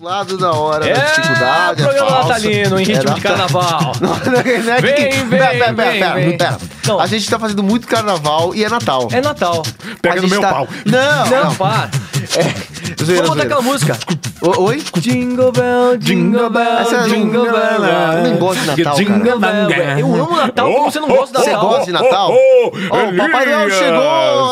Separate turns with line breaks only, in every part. lado da hora,
É,
da dificuldade.
programa
é falso.
natalino, em ritmo
É
de carnaval.
Não, não é que-
Vem, vem,
pera, pera,
vem,
pera,
vem.
pera.
Não.
A gente tá fazendo muito carnaval e é Natal.
É Natal.
A
Pega no
gente
meu
tá-
pau.
Não, não.
Não, para.
Zoeira,
Vamos botar
zoeira.
aquela música.
O- Oi?
Jingle bell, jingle bell,
Essa é-
jingle bell.
Eu nem gosto de Natal, cara.
Jingle bell. é. Eu amo Natal, como você não gosta de
Você
Natal?
gosta de Natal?
Ó,
Ó, o Papai Noel chegou!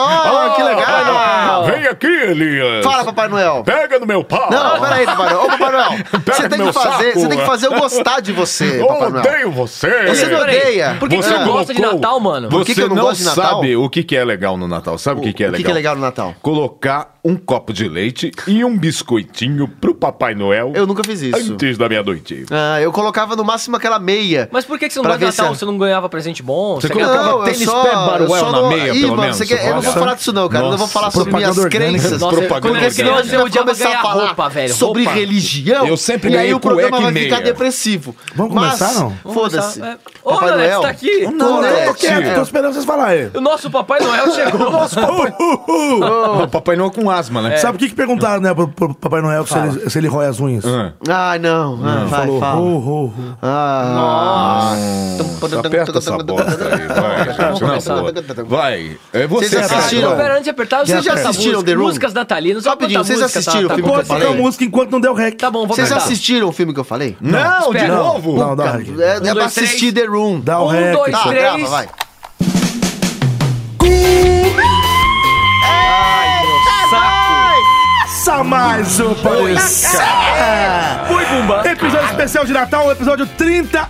Ah, que legal!
Vem aqui, Elias.
Fala, Papai Noel!
Pega no meu pau.
Não, não, peraí, Papai Noel. Ô, Papai Noel, você
no
tem que
meu
fazer,
saco.
você tem que fazer eu gostar de você, Papai Noel.
Odeio você.
Você não
Peraí,
odeia.
Por que que
Você é
você não gosta de
colocou-
Natal, mano?
Por que
Você
que eu não
não,
gosto de Natal?
sabe o que, que é legal no Natal. Sabe o que, que é
O
legal?
que, que é legal no Natal?
Colocar um copo de leite e um biscoitinho pro Papai Noel
Eu nunca fiz isso.
antes da meia-noite.
Ah, eu colocava no máximo aquela meia.
Mas por que que você não
Pra
gosta de
ver se
Natal?
é-
Você não ganhava presente bom? Você
colocava
ganhava-
eu
tênis
só-
pé Baruel
eu só
na
não-
meia,
Ih,
pelo
mano,
menos,
você quer- eu não
olha.
vou falar disso não, cara. Eu não vou
Nossa,
falar sobre minhas
propaganda orgânica.
crenças.
Nossa,
propaganda
quando eu
Porque
era
senão a
orgânica.
criança,
gente
eu
vai
odiava
começar
ganhar
a falar
roupa, velho.
sobre
roupa.
religião.
Eu sempre
E aí
ganhei
o programa
cueca
vai
e meia.
ficar depressivo.
Vamos
Mas,
começar, não?
Vamos
Foda-se.
começar. É, Ô, Nanete, tá aqui.
Não, eu tô
Nanete.
quieto, tô esperando vocês falarem.
O nosso Papai Noel chegou.
O Papai Noel com asma,
É.
né?
Sabe o que, que perguntaram, né, pro, pro Papai Noel se ele, se ele rói as unhas?
Ah,
Ah, não. Ah, vai, fala.
Ho, ho, ho.
Ah,
aperta essa bosta aí, vai, gente.
Vamos
na boa.
começar.
Vai, é você.
Vocês
cara.
assistiram?
Não, pera, antes de apertar, vocês
Vocês
já
já
assistiram
assistiram
música,
The Room?
Músicas natalinas. olha
Rapidinho,
quanta
vocês
música
assistiram
tá-
o
tá-
filme que eu
Pode
tá-
falei?
ficar música enquanto não der o rec.
Tá bom, vou
Vocês
apertar.
assistiram o filme que eu falei?
Não,
Espera.
de novo?
Não, dá o
Cara,
rec.
é, é
Um, dois,
pra
três.
assisir The Room.
Dá o
Um,
rec.
dois,
Tá,
três.
grava, vai.
Saco.
Começa mais um Parecer.
Fui, Bumba.
Episódio especial de Natal, episódio 38.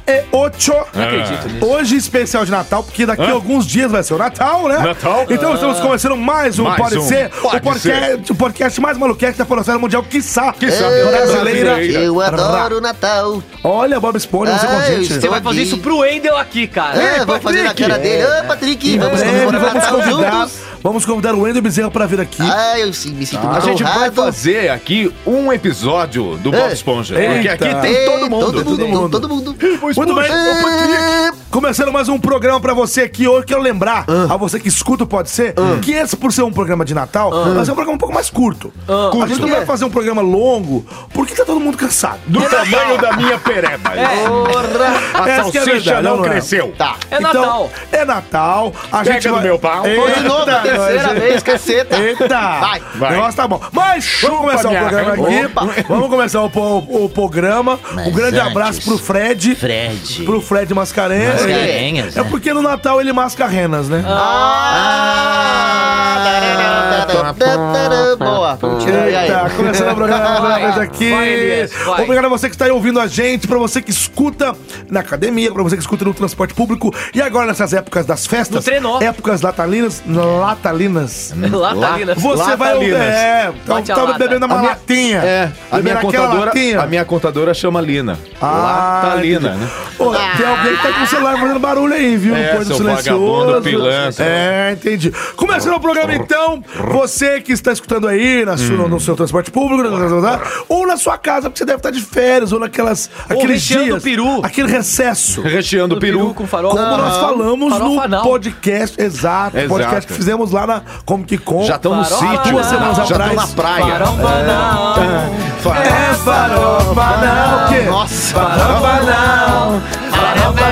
acredito
nisso.
Hoje especial de Natal, porque daqui a
É. Hã?
alguns dias vai ser o Natal, né?
Natal.
Então estamos começando mais um
Mais
Pode
um.
Ser,
Pode
o, podcast, o podcast mais maluquete da Polosfera Mundial, quiçá,
Quiçá,
brasileira.
brasileira.
Eu adoro o Natal.
Olha, Bob Esponja, você com a
Ai,
gente.
estou
Você vai fazer
aqui.
isso pro Wendel aqui, cara.
É, vamos fazer na
Patrick.
cara dele. Ô, Patrick,
Em
vamos
breve,
comemorar o
É, vamos
Natal
convidar,
juntos.
vamos convidar o Wendel Bezerra pra vir aqui.
Ah, eu sim, me sinto
A
muito
gente vai
honrado.
fazer aqui um episódio do Bob
É.
Esponja.
Eita.
Porque aqui tem
Ei,
todo mundo.
Todo mundo, todo mundo.
Muito bem, ô,
É.
Patrick. Começando mais um programa pra você aqui. Hoje quero lembrar a você que escuta o Pode Ser que esse, por ser um programa de Natal, vai ser um programa um pouco mais curto. A gente não vai fazer um programa longo porque tá todo mundo cansado.
Do tamanho da minha pereba.
Porra.
A
Essa que é
salsicha
a verdade,
não,
não é?
cresceu.
Tá.
É Natal.
É Natal. A
Pega
gente
no
vai... É.
meu pau.
Eita,
Foi de novo, terceira
nós-
vez, caceta.
Eita!
Vai.
Vai.
O negócio tá bom. Mas deixa eu começar o
minha
programa aqui. Vamos começar o, po- o programa. um grande abraço pro Fred.
Fred.
Pro Fred Mascarenhas.
Mascarenhas,
É
né?
porque no Natal ele masca renas, né?
Ah, tarará, tarará, tarará. Boa, vamos tirar. E aí?
Eita, começando o programa mais
Vai,
uma vez aqui.
vai, Elias, vai.
Obrigado a você que está aí ouvindo a gente, pra você que escuta na academia, pra você que escuta no transporte público e agora nessas épocas das festas,
No trenó.
épocas latalinas, latalinas.
Latalina.
hum, Você
tá
vai ouvir.
Latalinas.
É, tava
Bate a
tava
lata.
bebendo uma
A minha-
latinha.
É, a
Bebendo
minha,
aquela
contadora,
latinha.
a minha contadora chama Lina.
Ah,
Latalina,
entendi.
né?
Ô, Tem alguém que tá com o celular fazendo barulho aí, viu?
É,
Coisa
seu
silenciosa.
vagabundo pilantra.
É, entendi. Começando o programa, então, você que está escutando aí na
Hum.
sua- no seu transporte público, né, ou na sua casa, porque você deve estar de férias, ou naquelas. aqueles
recheando
dias,
o peru.
Aquele recesso.
Recheando o peru.
com farofa.
Como nós falamos
Farofa
no
não.
podcast, exato,
Exato.
podcast que fizemos lá na Comic Con.
Já estão no
Farofa
sítio.
duas semanas
Já estão
atrás.
na praia.
Farofa não.
É farofa, não, o quê?
Nossa.
Farofa não,
Farofa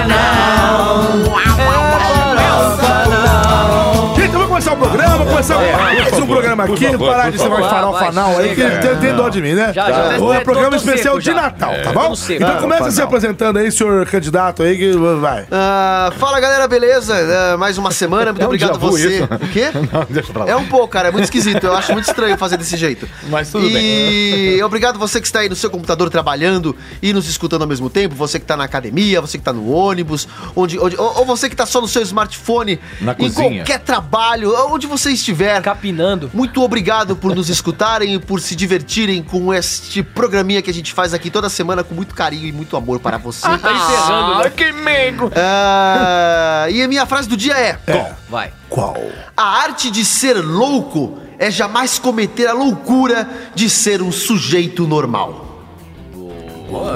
Gente, então vamos começar o programa, vamos começar mais um
favor,
programa
por
aqui,
favor,
parar
por
de ser mais
favor.
farofa
Vai,
não aí, que
chega.
tem, tem dó de mim,
Já,
né?
já,
Tá.
já.
Ou é
Tô-
programa
tô
especial
seco
de
já.
Natal, tá bom?
tô seco.
Então
Não,
começa
não.
se apresentando aí, senhor candidato aí, que vai.
Ah, fala galera, beleza? Ah, mais uma semana, muito
É um
obrigado
déjà vu
você.
isso.
O quê?
Não, deixa pra lá.
É um pouco, cara, é muito esquisito. Eu acho muito estranho fazer desse jeito.
Mas tudo
e... E obrigado você que está aí no seu computador trabalhando e nos escutando ao mesmo tempo. Você que está na academia, você que está no ônibus, onde, onde- ou, ou você que está só no seu smartphone,
Na
em
cozinha.
qualquer trabalho, onde você estiver.
Capinando.
Muito obrigado por nos escutarem e por se divertirem com este programinha que a gente faz aqui toda semana com muito carinho e muito amor para você.
Tá encerrando, né?
Ah, e a minha frase do dia é:
Vai.
Qual?
A arte de ser louco é jamais cometer a loucura de ser um sujeito normal.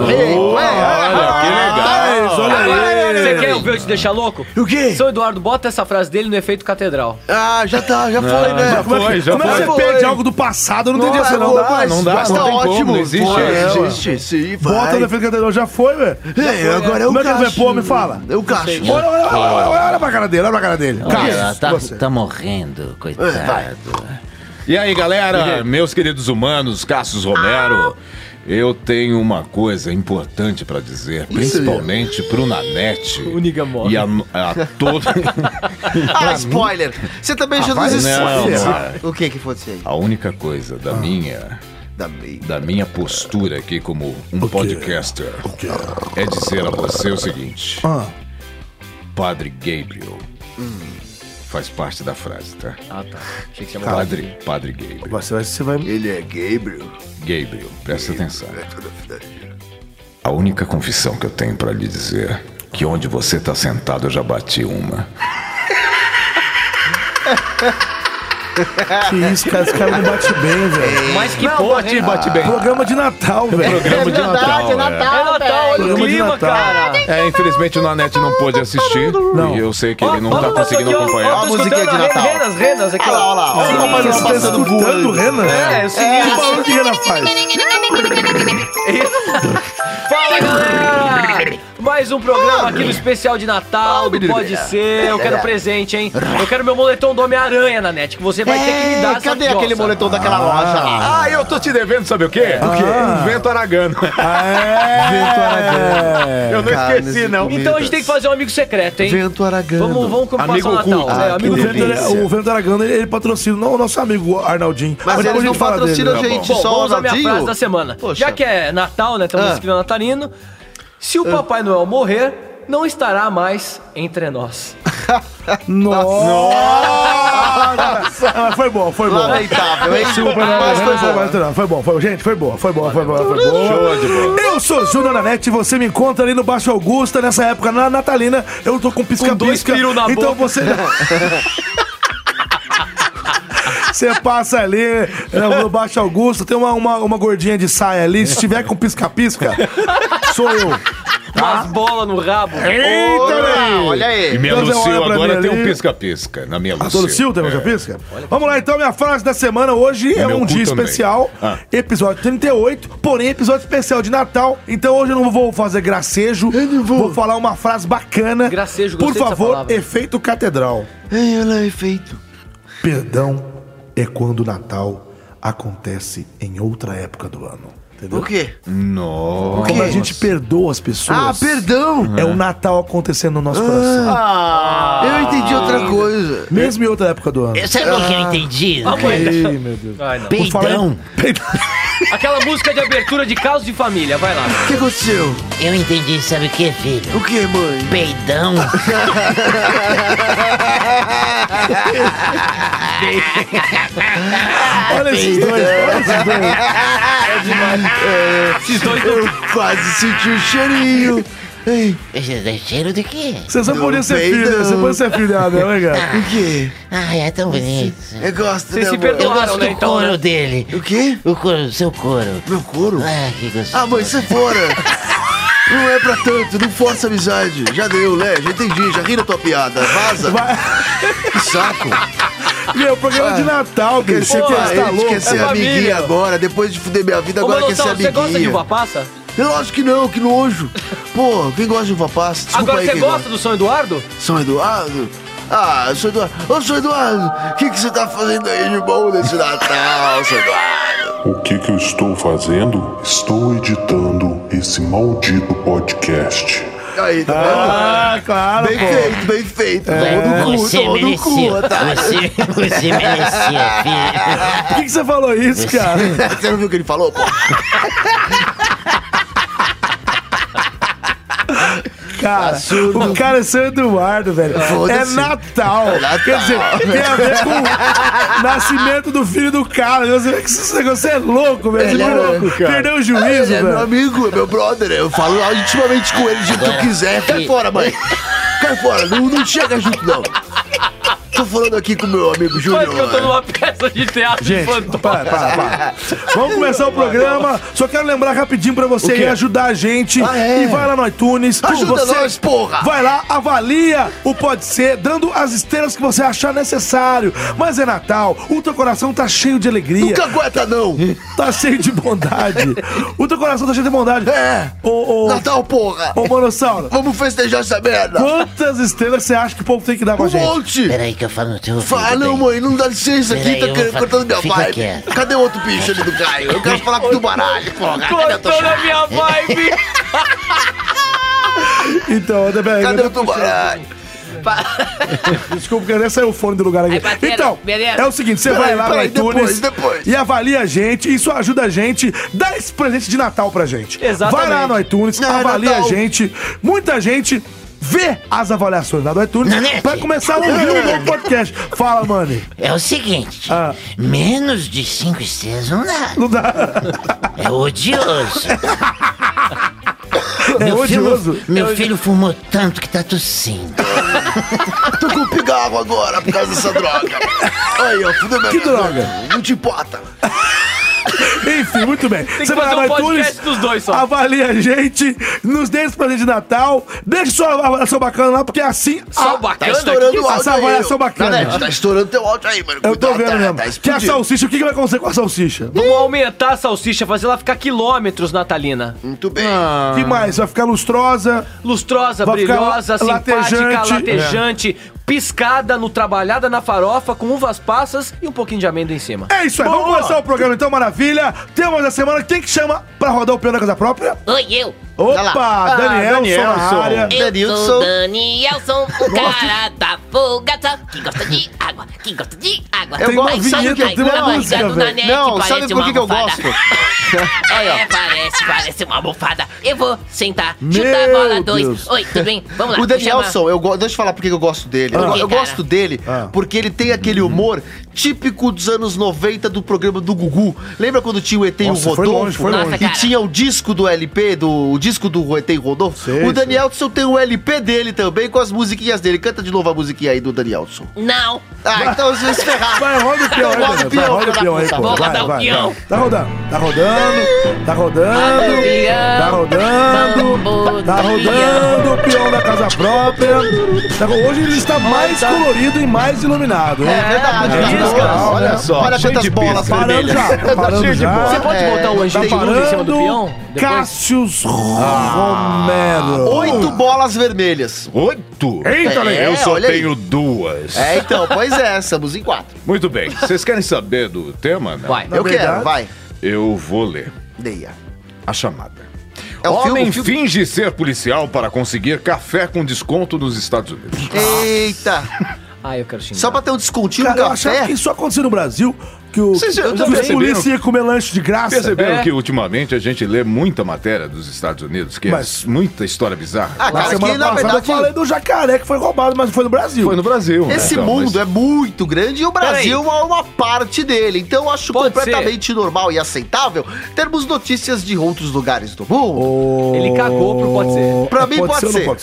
Vem, ué,
Olha, que legal.
Mas, olha aí.
Agora, Você quer
aí.
ouvir eu te deixar louco?
O quê?
Seu Eduardo, bota essa frase dele no efeito catedral.
Ah, já tá, já foi, né?
já
Como é
foi,
que,
já
como é que
foi.
você perde algo do passado? Eu não
Não,
entendi essa, não.
dá, mas,
não dá,
mas
não
tá
tem como,
ótimo.
não existe
Foi,
essa.
existe, sim, vai.
Bota no efeito catedral, já foi, velho.
Ei,
um
agora é o
Como é que ele vai
Cacho.
pôr? Me fala.
É o Cacho.
Olha, olha, olha, olha, olha, olha pra cara dele, olha pra cara dele. Cara,
Ela tá,
você.
tá morrendo, coitado.
E aí, galera, meus queridos humanos, Cássio Romero, eu tenho uma coisa importante pra dizer, principalmente pro Nanete.
Niga morre.
E a, a todo.
Ah, spoiler! Você também já não
Ah, vai,
existe.
não, vai.
O que que fosse aí?
a única coisa da minha,
Da meia.
da minha postura aqui como um podcaster é dizer a você o seguinte:
Ah.
Padre Gabriel. Faz parte da frase, tá?
Ah, tá. Achei que você ia
Padre, Padre Gabriel.
Você vai, você vai...
Ele é Gabriel.
Gabriel, presta atenção. A única confissão que eu tenho pra lhe dizer é que onde você tá sentado eu já bati uma.
Que isso, cara, esse cara não bate bem, velho.
Mas que porra, hein?
bate bem.
Programa de Natal, velho.
Programa de Natal.
é
é.
É Natal, olha o
Programa de
clima,
Natal.
cara.
É, infelizmente o Nanete não pôde assistir.
Não.
E eu sei que ele não
Ó,
tá
ó,
conseguindo
aqui, ó, ó,
acompanhar.
tô
A musiquinha
escutando
de
a-
Natal.
Renas, renas, aqui.
Olha lá, olha lá. Olha lá,
Mas você tá escutando o Renan?
É, é o
Que
seguinte.
barulho que o Renan faz?
Fala galera! Mais um programa
Ah.
aqui no especial de Natal, do Pode Ser. Eu quero presente, hein? Eu quero meu moletom do Homem-Aranha na net, que você vai ter que me dar.
É,
essa
cadê
fiosa?
aquele moletom daquela loja lá?
Ah, eu tô te devendo, sabe o quê? O quê? Um vento aragano.
É.
Vento Aragão.
eu não
cara,
esqueci,
nesse
não.
momento.
Então a gente tem que fazer um amigo secreto, hein?
Vento Aragano.
Vamos, vamos como
Amigo
passa o Natal.
oculto.
É,
Ah,
amigo
O
que
oculto.
Vento,
delícia.
o Vento Aragão, ele, ele patrocina não, o nosso amigo Arnaldinho.
Mas
depois
eles
a
não
gente fala
patrocinam a
dele.
né?
gente,
Bom,
só o
vamos à minha frase
Naldinho.
da semana.
Poxa.
Já que é Natal, né? Estamos
Ah.
escrevendo natalino. Se o Papai Noel morrer, não estará mais entre nós.
Nossa! Mas foi bom, foi bom.
Lamentável, hein?
Desculpa,
né?
não,
Mas
não,
foi bom.
não, mas foi não, foi bom, foi, gente, foi boa, foi bom, foi bom, foi
Show de bola.
bom. Eu sou Júnior Nanete, você me encontra ali no Baixo Augusta, nessa época na Natalina, eu tô com
Com dois
pisca-pisca.
piros na
então
boca.
você. Você passa ali né, no Baixo Augusto, tem uma, uma, uma gordinha de saia ali, se tiver com pisca-pisca, sou eu.
Umas bolas no rabo.
Olha, olha
E
aí.
minha
Então você
Lucil
olha pra
agora
mim
tem
ali.
um pisca-pisca na minha Lucil.
Todo Sil tem
É.
é. pisca? Vamos lá, então, minha frase da semana. Hoje é
meu
um
cu
dia
também.
especial,
Ah.
episódio 38, porém episódio especial de Natal. Então hoje eu não vou fazer gracejo, vou. falar uma frase bacana.
Gracejo,
Por
gostei dessa
favor,
palavra.
efeito catedral.
Ei, olha aí, feito.
Perdão é quando o Natal acontece em outra época do ano. Entendeu?
O quê?
Nossa.
Quando a gente perdoa as pessoas.
Ah, perdão.
É o Natal acontecendo no nosso coração.
Eu entendi outra coisa.
Mesmo em outra época do ano.
Sabe o que eu entendi?
Ah, mãe.
Ei, meu Deus.
Ai, não.
Por falar em-
Peidão.
Aquela música de abertura de Caos de Família, vai lá.
O que aconteceu?
Eu entendi, sabe o que, filho?
O que, mãe?
Peidão.
Olha esses dois, olha esses dois.
Esses dois
Eu quase senti o cheirinho. Ei,
Esse é Cheiro do quê?
Você só podia ser
peidão.
filho, né? você podia ser filho dela, né, cara?
o quê?
Ai, é tão bonito.
Eu gosto
Vocês
da
se
mãe.
Eu
perdoaram. Claro,
gosto
né,
do
então, né?
couro dele.
O quê?
O couro, seu couro.
Meu couro?
Ah, que gostoso.
Ah, mãe, sai fora. Não é pra tanto, não força a amizade. Já deu, Lé, já entendi, já ri da tua piada. Vaza.
Vai-
Que saco.
Meu, programa de Natal, que
Esqueci
você
Pô,
Ah, que
tá
ah, eu
louco.
quer ser
é família.
amiguinha agora, depois de fuder minha vida,
Ô,
agora quer ser
Manoel, você
amiguinha.
gosta de uva passa?
Eu acho que não, que nojo. Pô, quem gosta de uva passa? Desculpa
Agora,
aí
você
quem
gosta do São Eduardo?
São Eduardo? Ah, São Eduardo. Ô, São Eduardo, o que, que você tá fazendo aí de bom nesse Natal, São Eduardo?
O que, que eu estou fazendo? Estou editando esse maldito podcast.
Aí, tá
Ah, É. claro,
vendo? Bem
pô.
feito, bem feito.
Ah,
Tomou no cu,
Você
tomou no cu,
mereceu.
otário.
Você, você merecia, filho.
Por que, que você falou isso, cara?
Você não viu o que ele falou, pô?
Cara, o cara é São Eduardo, velho. É
Foda-se.
Natal.
Natal.
Quer dizer, tem a ver com o nascimento do filho do cara. Você vê que esse negócio é louco, velho.
Ele
Você
é
perdeu-
louco,
Perdeu o juízo,
Ele é meu
velho.
amigo, é meu brother. Eu falo intimamente com ele do jeito que eu quiser. Cai fora, mãe. Cai fora, não, não chega junto, não. Tô falando aqui com meu amigo Júnior.
Quase que eu tô numa peça de teatro
Gente,
infantil.
para, para, para. Vamos começar o programa. Só quero lembrar rapidinho pra você aí ajudar a gente.
Ah, é?
E vai lá no iTunes. tu,
Ajuda
você,
nós, porra!
Vai lá, avalia o Pode Ser, dando as estrelas que você achar necessário. Mas é Natal, o teu coração tá cheio de alegria.
Nunca aguenta, não!
Tá cheio de bondade. o teu coração tá cheio de bondade.
É.
Ô, ô,
Natal, porra!
ô, Monossauro,
Vamos festejar essa merda!
quantas estrelas você acha que o povo tem que dar pra
Um
gente?
monte!
Peraí que eu falo no teu ouvido.
Fala, "Ah, não,
bem.
mãe, não dá licença aqui,
Peraí,
tá
eu
querendo,
vou falar.
cortando minha
Fica
vibe.
quieto.
Cadê o outro bicho ali do Caio? Eu quero falar com do baralho, porra! Cadê o teu
Cortou na minha vibe.
Então, peraí,
Cadê o teu baralho?
Desculpa, porque até saiu o fone do lugar aqui.
parceiro,
então,
beleza?
é o seguinte, você
Peraí,
vai lá
peraí,
no
depois,
iTunes
depois.
e avalia a gente. Isso ajuda a gente. Dá esse presente de Natal pra gente.
Exatamente.
Vai lá no iTunes,
Não, é
avalia
Natal.
a gente. Muita gente vê as avaliações lá do iTunes
Nanete.
pra começar a ouvir o novo podcast. Fala, mano.
É o seguinte,
Ah.
menos de cinco estrelas não dá.
Não dá.
É odioso.
É
Meu filho-
odioso.
meu filho fumou tanto que tá tossindo.
Tô com pigarro agora por causa dessa droga. Aí, ó, fudeu minha
Que
vida.
droga?
Não te importa.
Enfim, muito bem.
que
Você vai
fazer
lá
um
no
podcast
iTunes,
dos dois só.
avalia a gente, nos dê esse presente de Natal, deixa sua avaliação bacana lá, porque assim...
Só
a-
Tá
bacana.
estourando
aqui.
o áudio
essa
aí.
avaliação
ó.
bacana.
Nanete, tá estourando teu áudio aí, mano.
Eu tô
Cuidado, tá-
vendo mesmo.
Tá
que é a
explodindo.
salsicha, o que que vai acontecer com a salsicha?
Vamos aumentar a salsicha, fazer ela ficar quilômetros, Natalina.
Muito bem.
Ah.
que mais? Vai ficar lustrosa.
Lustrosa,
Vai ficar
brilhosa,
la-
simpática,
latejante. É.
latejante, piscada no trabalhada na farofa com uvas passas e um pouquinho de amêndoa em cima.
É isso aí. Vamos
Boa.
começar o programa então, maravilha. Temos da semana. Quem que chama pra rodar o piano da casa própria?
Oi, eu.
lá.
Opa,
Ah,
Daniel, Danielson na
Danielson.
área.
Eu
Danilson.
sou Danielson, o cara da fogata, que gosta de água, que gosta de água.
Eu gosto- sabe
sabe
que eu
que
tenho uma
música, velho.
Não,
É
sabe por que que eu gosto?
É, parece, parece uma almofada. Eu vou sentar, chutar a
Meu
bola
Deus.
dois. Oi, tudo bem? Vamos lá.
O Danielson, eu go- deixa eu falar porque eu gosto dele. Eu,
Ah.
eu
Cara.
gosto dele
Ah.
porque ele tem aquele humor típico dos anos 90 do programa do Gugu. Lembra quando tinha o ET e o
Nossa,
Rodolfo?
foi longe, foi
Nossa, longe.
E
cara.
tinha o disco do LP, do, o disco do ET e o Rodolfo.
Sei,
o Danielson tem o LP dele também com as musiquinhas dele. Canta de novo a musiquinha aí do Danielson.
Não,
Ah, então vocês se ferraram.
Vai, roda o peão aí,
Então roda o
Daniel. Vai,
peão,
roda o
filha
peão
da
aí,
puta.
pô.
Vamos
Vai,
rodar o
vai,
peão.
vai. Tá rodando, tá rodando, tá rodando, tá rodando,
Vamos,
tá rodando o peão da casa própria. Tá- Hoje ele está mais colorido e mais iluminado,
É
né?
verdade,
É,
cara.
pisca.
Olha só, olha
cheio
quantas
de
bolas
pisca.
Parando
vermelhas.
já, tá parando
cheio de
já.
bola.
Você pode
é,
botar o anjinho
Tá
de luz em cima do peão?
parando
Depois?
Cassius Romero.
Oito bolas vermelhas.
Oito?
Eita,
É,
Eu só
olha aí.
tenho duas.
É, então, pois é, estamos em quatro.
Muito bem. Vocês querem saber do tema? né?
Vai.
Na
eu
verdade-
quero, vai.
Eu vou ler
Leia.
a chamada.
É o filme-
Homem
o filme-
finge ser policial para conseguir café com desconto nos Estados Unidos.
Eita!
Ah, eu quero xingar.
Só pra ter um descontinho
Cara,
no
eu achava
café?
que isso acontecia no Brasil, que o,
Vocês já-
que
já
os
perceberam?
polícia ia comer lanche de graça.
Perceberam
É.
que ultimamente a gente lê muita matéria dos Estados Unidos, que
Mas-
é muita história bizarra.
Ah,
Na
cara,
semana
que na
passada eu
verdade.
falei do jacaré que foi roubado, mas não foi no Brasil.
Foi no Brasil. né?
Esse
Então, mas-
mundo é muito grande e o Brasil é uma parte dele. Então eu acho
Pode
completamente normal e aceitável termos notícias de outros lugares do mundo.
Ele cagou pro pode ser.
Pra
É,
mim pode
ou não
ser. pra mim pode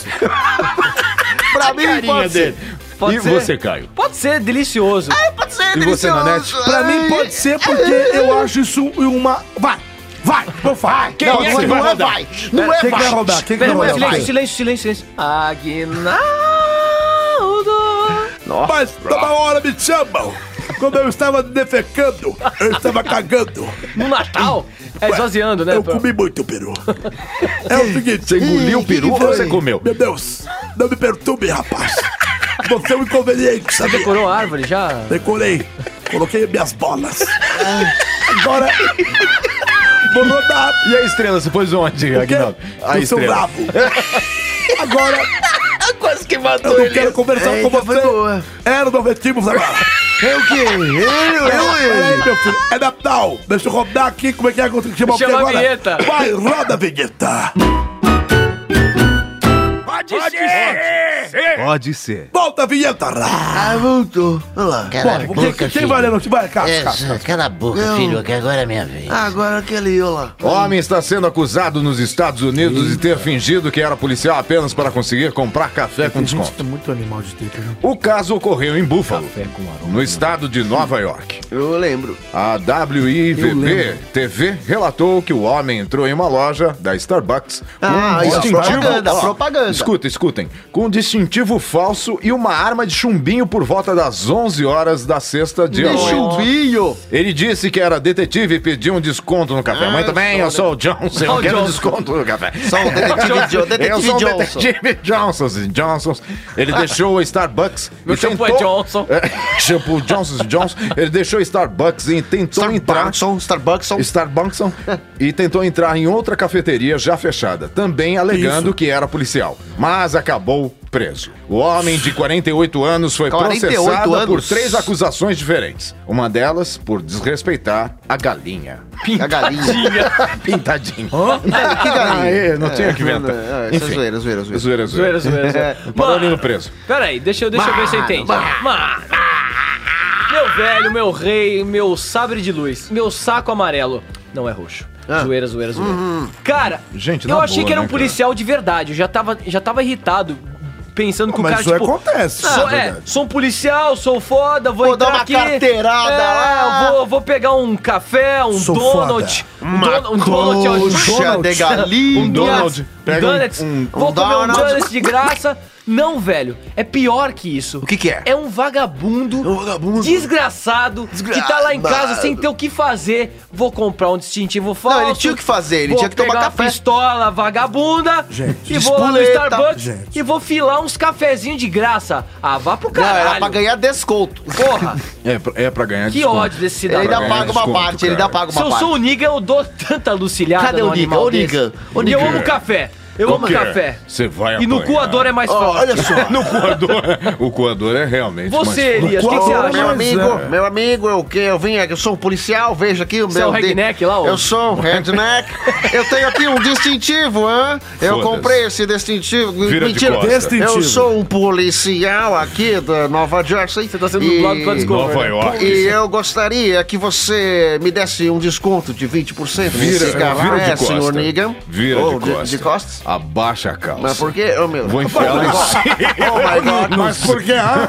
ser.
Pode
e
ser.
você, Caio?
Pode ser delicioso.
Pode ser,
E você,
delicioso.
Nanete?
Pra
Ai.
mim pode ser porque eu acho isso uma... Vai, vai, vou falar.
Quem
Não,
é
não,
que
é-
vai
não é
rodar?
vai. Não é
Quem que vai
vai.
rodar? Quem que vai
Pera,
é
rodar?
silêncio,
Vai.
silêncio, silêncio, silêncio. Aguinaldo.
Mas toda hora me chamam. Quando eu estava defecando, eu estava cagando.
No Natal? É esvaziando, né?
Eu
pô?
comi muito peru. É o seguinte...
Você engoliu o peru ou
foi?
você comeu?
Meu Deus, não me perturbe, rapaz. Você é um inconveniente, sabe?
Decorou a árvore já?
Decorei. Coloquei minhas bolas. Agora. Vou rodar.
E a estrela, você pôs onde, Aguinaldo? A
Eu sou
estrela.
bravo. Agora.
Quase que matou
Eu não quero conversar
Eita,
com
foi
você.
boa.
Era do Vetimos agora.
É o quê? Eu, eu,
Peraí,
eu.
meu filho. É Natal. Deixa eu rodar aqui. Como é que é? Como é que chama o quê
Chama a
agora?
vinheta.
Vai, roda a vinheta.
Pode ser!
ser!
Pode ser.
Volta a vinheta!
Ah, voltou. Olha lá.
Cala a
Bom, o que
boca,
tem
filho.
valendo? aqui? Vai,
É,
Cássio, Cássio.
Essa, cala a boca,
Não. Ah,
filho, que agora é minha vez.
Ah,
Agora aquele, olha lá.
Homem está sendo acusado nos Estados Unidos de ter fingido que era policial apenas para conseguir comprar café com desconto.
Tá muito animal de teta, né?
O caso ocorreu em Buffalo, no estado de Nova York.
Eu lembro.
A WIVB TV relatou que o homem entrou em uma loja da Starbucks com um
Ah, isso é propaganda,
Ó,
propaganda.
Escuta, escutem. Com um distintivo falso e uma arma de chumbinho por volta das 11 horas da sexta dia
Deixa
8.
o vinho.
Ele disse que era detetive e pediu um desconto no
Ah,
café. Muito bem, eu sou o Johnson, eu
o
quero um
Johnson.
desconto no café.
Só o detetive, Jo-
eu
detetive
sou o
Johnson.
detetive Johnson. Johnson. Ele deixou o Starbucks.
Meu
e
shampoo é Johnson.
É, shampoo Johnson Johnson. Ele deixou o Starbucks e tentou
um
entrar.
Starbuckson, Starbuckson.
Starbucks e tentou entrar em outra cafeteria já fechada, também alegando
Isso.
que era policial, mas acabou preso. O homem de 48 anos foi
48
processado por
anos.
três acusações diferentes. Uma delas por desrespeitar a galinha.
A galinha.
Pintadinho.
É, que galinha?
Ah, Aê, não tinha que inventar.
É, é, isso é
Enfim.
zoeira, zoeira, zoeira.
Zoeira,
Zoeira,
zoeira.
zoeira, zoeira.
É,
Barulhinho preso.
Peraí, deixa, eu- deixa eu ver se eu entende. Mano. Meu velho, meu rei, meu sabre de luz, meu saco amarelo. Não é roxo.
Ah.
Zoeira, zoeira, zoeira.
Uhum.
Cara,
Gente,
eu
na
achei
boa,
que era um
né, cara?
policial de verdade. Eu já tava, já tava irritado, pensando que o
Mas
cara,
isso
tipo...
acontece.
Sou,
na
é,
verdade.
sou um policial, sou foda, vou,
Vou
entrar
dar uma
aqui. É,
carteirada lá.
Vou, vou pegar um café, um
Sou
donut. Um don- um donut, ó, um
coxa
donut.
de galinha.
Um donut.
Pega um-
Donuts.
um-
Vou
um
comer um
donut.
donuts de graça. Não, velho. É pior que isso.
O que que é?
É um vagabundo,
um vagabundo.
desgraçado que tá lá em casa
Desgraçado.
sem ter o que fazer. Vou comprar um distintivo falso.
ele tinha o que fazer, ele
vou
tinha que tomar
pegar a
café.
pistola vagabunda.
Gente,
e vou lá no
espoleta.
Starbucks
Gente.
e vou filar uns cafezinhos de graça. Ah, vá pro
Não,
caralho.
era pra ganhar desconto.
Porra,
É, pra- é pra ganhar
que
desconto.
ódio desse
Ele
cidadão.
ainda
ganhar
paga uma
desconto,
parte, ele ainda
cara.
paga
Se
uma
eu
parte.
sou o Niga, eu dou tanta lucilhada
Cadê
no
o Niga?
animal
Ô,
desse.
Niga, ô,
E eu
Niga.
amo café. Eu
O
amo
quê?
café.
é? Você vai
E no
apanhar.
coador é mais
Ó,
fácil.
olha só.
No coador, o coador é realmente mais
Você, Elias, o que, que você
coador,
acha?
meu
Mas
amigo,
é.
meu amigo, eu que eu vim aqui, eu sou um policial, veja aqui o
Você
meu.
é o redneck lá, ô?
Eu sou um redneck. eu tenho aqui um distintivo, hã? Eu
Foda-se.
comprei esse distintivo.
Vira de
Mentira.
costas.
Eu
Distintivo.
sou um policial aqui da Nova Jersey. Você
tá sendo dublado pela Discovery.
Nova York.
E eu gostaria que você me desse um desconto de 20%
Vira,
nesse cigarro,
vira
é,
de
senhor
costa.
Negan?
Vira
Ou
de, costas.
De, costas?
Abaixa a calça.
Mas por quê? Ô, meu...
Vou enfiar um o
Oh, my God.
Mas por que? Ah,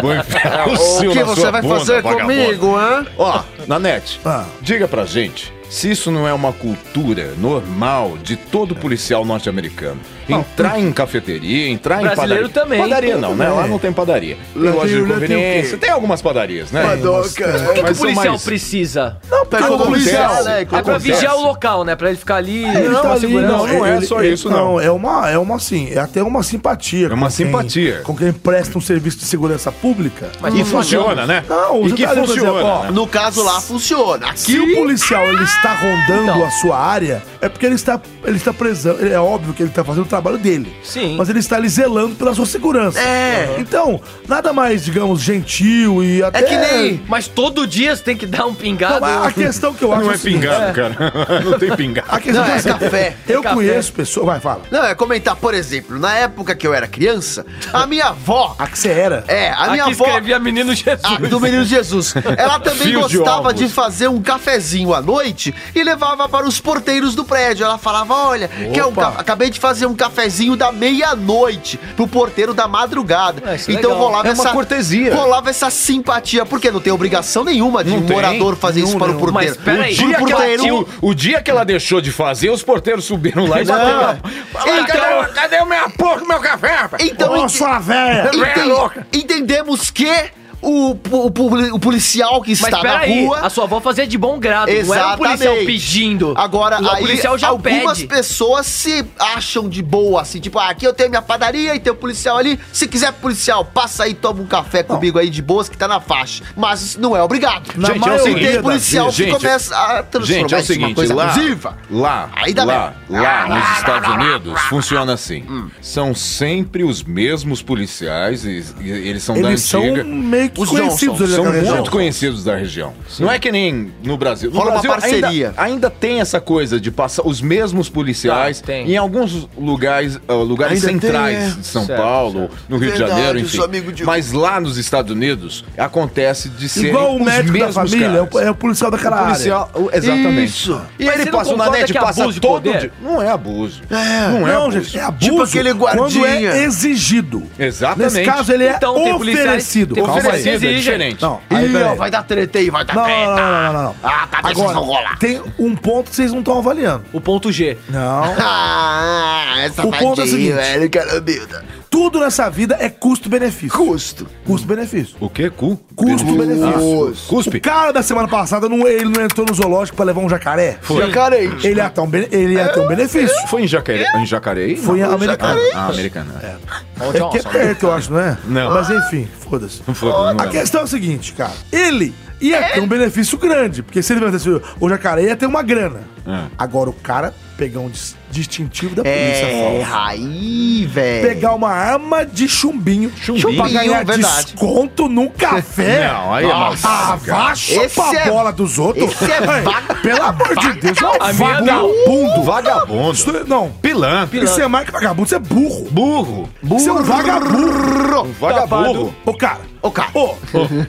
Vou enfiar o
O
seu
que
na sua
você vai
bunda,
fazer
vagabundo.
comigo, hã?
Ó, Nanete,
Ah.
diga pra gente se isso não é uma cultura normal de todo policial norte-americano. Entrar em cafeteria, entrar em padaria.
Brasileiro também.
Padaria não, né? Lá não tem padaria. Tem loja
tem-
de
lá tem o
conveniência.
quê?
Tem algumas padarias, né?
Padoca.
O que, que o
Mas Tá são
policial
mais-
precisa?
Pega o policial,
acontece.
né?
É pra
Acontece.
vigiar o local, né? Pra ele ficar ali,
Ele
não,
tá
uma
ali,
segurança.
não, é só isso, não.
É uma, é uma assim, é até uma simpatia.
É uma
com quem-
simpatia.
com quem presta um serviço de segurança pública.
Mas
E
não
funciona, né?
Não,
e
você
que
tá ali, por
funciona.
exemplo, ó,
né?
No caso lá, funciona.
Se o policial ele
Ah!
está rondando
Então.
a sua área, é porque ele está, ele está presão. É óbvio que ele está fazendo o trabalho dele.
Sim.
Mas ele está ali zelando pela sua segurança.
É.
Então, nada mais, digamos, gentil e até.
É que nem...
Mas todo dia você tem que dar um
Não,
pingado.
mas a questão que eu acho.
Não é
o seguinte,
pingado, cara. Não tem pingado.
A questão
Não,
que
é
assim,
café.
Eu
Café.
conheço pessoas. Vai, fala.
Não, é comentar, por exemplo, na época que eu era criança, a minha avó...
A que você era.
É, a minha
Aqui
avó...
escrevia Menino Jesus.
Ah, do menino Jesus. Ela também
Fio de
gostava
ovos.
de, fazer um cafezinho à noite e levava para os porteiros do prédio. Ela falava: Olha, quer um
Opa.
ca- acabei de fazer um cafezinho da meia-noite pro porteiro da madrugada.
Ah, isso é
então
legal.
rolava
É uma
essa.
cortesia.
Rolava essa simpatia, porque não tem obrigação nenhuma de
Não
um
tem.
morador fazer isso
Nenhum,
para o
nenhum.
porteiro.
Mas peraí,
O pro
e aquela
porteiro-
tio-
O dia que ela deixou de fazer, os porteiros subiram lá e
Não.
bateram. na-
Então-
Cadê, o- cadê o meu porco, meu café, rapaz?
Então,
Ô,
ente-
sua véia!
enten-
velha é louca.
entendemos que o, pu- o puli- o policial que
Mas
está na
peraí,
rua.
a sua avó fazia de bom grado, não era um
Exatamente.
policial pedindo.
Agora,
o
aí,
policial já
algumas
pede.
pessoas se acham de boa, assim, tipo, ah, aqui eu tenho minha padaria e tem o policial ali. Se quiser, policial, passa aí, toma um café comigo aí de boas que tá na faixa. Mas isso não é obrigado.
Na
Gente,
maioria
eu sei que tem
das
policial
vezes,
que
gente,
começa a transformar
Gente, é o
isso numa
seguinte, lá,
abusiva.
lá,
Aí dá Ah,
lá, lá nos Estados Unidos funciona assim.
Hum.
São sempre os mesmos policiais e, e eles são da
Eles
antiga.
são meio muito
Os
conhecidos
Johnson.
ali
São
naquela
muito
região.
conhecidos da região. Não é que nem no Brasil. No
Rola uma
Brasil
parceria.
Ainda, ainda tem essa coisa de passar os mesmos policiais
Tá, tem.
em alguns lugares, ah, lugares
Ainda tem, é.
centrais de São
Certo,
Paulo, no Rio
Verdade,
de Janeiro,
eu
enfim.
sou amigo de um.
Mas lá nos Estados Unidos acontece de ser
Igual o médico da
mesmos
família, é
um
caras.
o- é o policial daquela
O
área.
policial, o- exatamente.
Isso.
E
Mas
ele
você não
passa na
concorda
net,
que é
passa
abuso de
todo
poder?
dia. Não é abuso.
É.
Não é
Não,
abuso.
gente, é abuso
Tipo aquele
quando
guardinha.
é exigido.
Exatamente.
Nesse caso, ele é
Então, tem policiais- tem
oferecido. Calma aí.
policiais-
Oferecido, é
Exige.
diferente.
Não, aí,
Ih, ó,
peraí.
vai dar treta aí, vai dar
Não,
treta.
não, não, não, não, não.
Ah, cabeças vão
Agora,
rolar.
tem um ponto que vocês não estão avaliando.
O ponto G.
Não.
Ah, essa
O ponto é o seguinte.
velho, caramba.
Tudo nessa vida é custo-benefício.
Custo.
Custo-benefício.
O que? Cu?
Custo-benefício.
Custo.
Cuspe?
O cara da semana passada, não, ele não entrou no zoológico pra levar um jacaré?
Já carente.
Ele ia ter um, bene- ele ia ter
É.
um benefício.
Foi em Jacareí? Em Jacareí?
Foi a americana.
Ah, americana.
É que é perto, eu acho, não é?
Não.
Mas enfim, foda-se.
Não foi, não
A
era.
questão é o seguinte, cara. Ele ia ter um benefício grande, porque se ele vendesse o jacaré, ia ter uma grana.
É.
Agora o cara pegar um dis- distintivo da polícia
É,
falsa.
aí, velho.
Pegar uma arma de chumbinho,
Chumbinho,
pra ganhar
é verdade.
desconto num café.
Não, aí é
Nossa, Ah,
maldade, cara.
vá chupar
Esse é-
a bola dos outros.
esse é
Ai,
vaga-
Pelo amor de Deus, é um
minha não.
vagabundo.
Vagabundo.
Isso- é- Não,
Pilantra.
isso é mais que vagabundo, isso é burro.
Burro.
Isso é um vagabundo.
Burro.
Vagaburro.
Ô, cara.
Ô, cara.
Ô,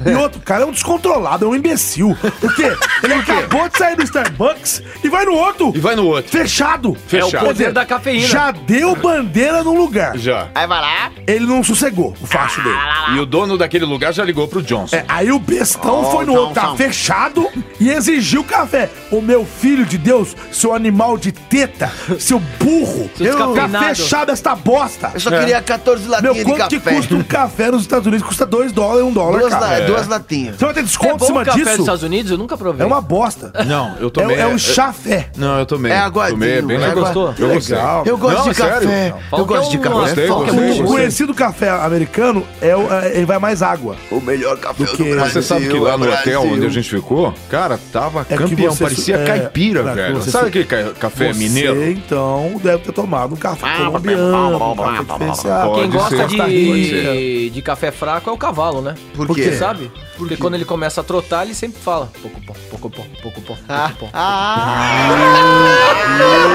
E outro, cara é um descontrolado, é um imbecil. Por quê? Ele acabou de sair do Starbucks e vai no outro.
E vai no outro.
Fechado.
Fechado. É o
poder
Quer dizer,
da cafeína.
Já deu bandeira num lugar.
Já.
Aí vai lá.
Ele não sossegou o facho dele.
E o dono daquele lugar já ligou pro Johnson.
É, aí o bestão
Oh,
foi no
não,
outro, tá
não.
fechado, e exigiu café. O meu filho de Deus, seu animal de teta, seu burro,
Seu
tá
descafeinado.
fechado esta bosta.
Eu só queria 14
Meu,
latinhas de
quanto
café.
que custa um café nos Estados Unidos? Custa 2 dólares, 1 um dólar,
duas, la-
cara.
duas latinhas.
Você vai ter
É
desconto em
bom o
cima
café dos
disso?
Estados Unidos? Eu nunca provei.
É uma bosta.
Não, eu
É,
tomei.
é um chafé.
Não, eu tomei.
É aguardinho,
Tomei, é bem
é
legal.
aguardinho.
Eu gostei.
Legal.
Eu gosto
Não,
de
é sério.
café.
Não,
Eu gosto
qualquer
de
um
café.
gostei,
Qual que é
gostei,
o-
O
gostei.
conhecido café americano é o- é- ele vai mais água.
O melhor café do,
que-
Brasil.
Você sabe que lá no hotel
Brasil.
onde a gente ficou, cara, tava
que
campeão,
você-
parecia
é,
caipira,
pra que
velho.
você-
Sabe aquele ca- café
Você,
mineiro?
então, deve ter tomado um
Ah,
café colombiano, um café diferenciado.
Pode
Quem gosta
ser. Pode
de, de café fraco é o cavalo, né?
Por
Por
quê?
quê?
Sabe? Porque quando ele começa a trotar, ele sempre fala: pouco pó, pouco pó, pouco pó,
Ah,
pouco pó.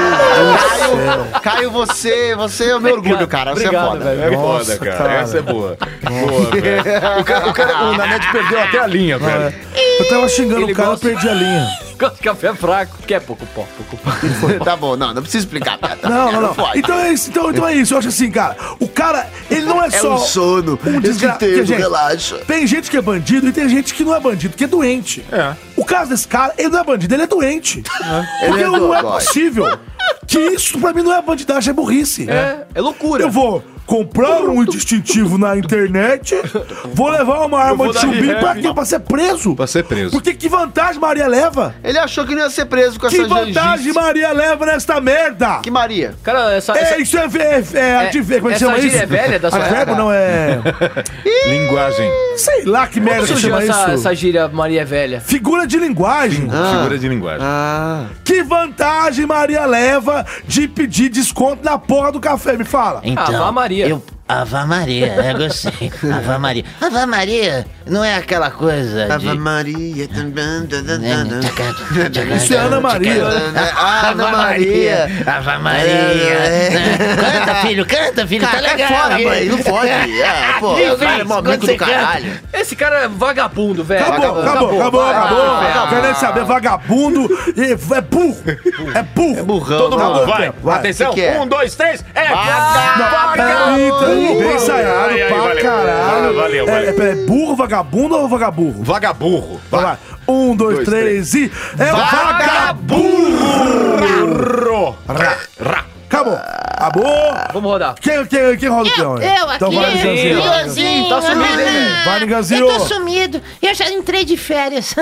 ah, Caio, Caio, você, você é o meu orgulho, cara. Você
Obrigado,
é foda.
velho.
É
Nossa,
foda, cara.
cara.
Essa é boa. Boa, velho. O cara, o cara, o Nanete perdeu até a linha, velho.
Eu tava xingando
Ele
o cara, eu
gosta-
perdi a linha.
Gosta de café fraco, que é pouco pó, pouco pó.
Tá bom, não, não precisa explicar. Tá, tá,
Não,
cara,
não, não.
pode.
Então é isso, então, então é isso. Eu acho assim, cara. O cara, ele não é,
É
só.
um sono.
Um
Eu te
desgra...
entendo,
porque, gente,
relaxa.
Tem gente que é bandido e tem gente que não é bandido, que é doente.
É.
O caso desse cara, ele não é bandido, ele é doente. Porque
Ele é
não é
dodói.
possível. Que isso pra mim não é bandidagem, é burrice.
É, é loucura.
Eu vou comprar um distintivo na internet, vou levar uma arma
vou
de
dar
chumbinho pra
rehab.
quê? Pra ser preso.
Pra ser preso.
Porque que vantagem Maria leva?
Ele achou que não ia ser preso com
Que
essa
vantagem
gengice.
Maria leva nesta merda?
Que Maria.
Cara, essa. Ah, essa-
É, isso é, é, é, adver- como é que
essa
chama
gíria
isso?
é velha da sua
Advérbio
época?
não é...
Linguagem.
Sei lá que merda que
surgiu
chama
essa,
isso.
essa gíria Maria Velha.
Figura de linguagem.
Figura de linguagem.
Que vantagem Maria leva de pedir desconto na porra do café? Me fala.
Então,
Ave Maria.
Eu, Ava Maria, é, eu gostei. Ava Maria. Ava Maria não é aquela coisa
Ave
de... né,
Maria.
Isso é Ana Maria.
Ah, Ana Maria.
Ava Maria. né? Canta, filho, canta, filho, tá
Cara,
legal.
é fora,
hein?
mãe. Não pode. É, pô,
Ih,
cara, é
velho,
momento
quando você
do caralho.
Esse cara é vagabundo, velho.
Acabou, acabou, acabou,
vai,
acabou.
vai,
Não
vai.
Quer nem saber, vagabundo e é burro. É burro. É
burrão,
Todo
tá
vai
mundo
lá.
Vai,
vai.
atenção.
que que é?
Um, dois, três. É
Não, peraí, peraí, bem ensaiado
Ai, ai,
pra
valeu.
caralho.
Ah, valeu,
É,
valeu.
é, peraí, burro, vagabundo ou vagaburro?
Vagaburro.
Vai lá. Um, dois,
Dois,
três, e. É
Vagaburro.
Acabou. Acabou.
Vamos rodar.
Quem, quem, quem roda o peão? aí?
Eu aqui,
é
Então vai, Niganzinho.
Niganzinho.
Tá sumido, hein, velho?
Vai,
Eu tô
Niganzinho.
sumido.
Eu já entrei de férias.